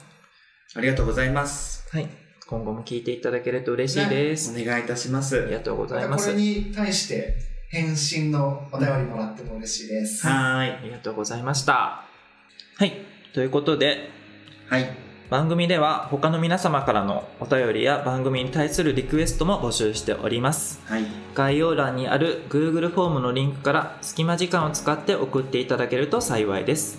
[SPEAKER 1] ありがとうございます。
[SPEAKER 2] はい今後も聞いていただけると嬉しいです、
[SPEAKER 1] お願いいたしま
[SPEAKER 2] あ
[SPEAKER 1] す
[SPEAKER 2] り。がとうござい
[SPEAKER 3] ま
[SPEAKER 2] ま
[SPEAKER 3] たこ
[SPEAKER 2] す
[SPEAKER 3] れに対して返信のお便りもらっても嬉しいです。
[SPEAKER 1] は
[SPEAKER 2] ありがとうございましたはいということで
[SPEAKER 1] ーい。はい。
[SPEAKER 2] 番組では他の皆様からのお便りや番組に対するリクエストも募集しております
[SPEAKER 1] はい。
[SPEAKER 2] 概要欄にある Google フォームのリンクから隙間時間を使って送っていただけると幸いです。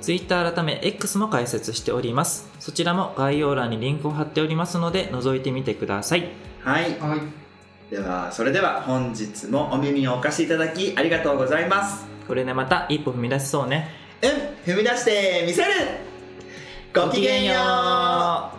[SPEAKER 2] Twitter 改め X も開設しております。そちらも概要欄にリンクを貼っておりますので覗いてみてください。
[SPEAKER 1] はい。
[SPEAKER 3] はい、
[SPEAKER 1] では、それでは本日もお耳をお貸しいただきありがとうございます。
[SPEAKER 2] これでまた一歩踏み出しそうね
[SPEAKER 1] うん踏み出してみせるごきげんよう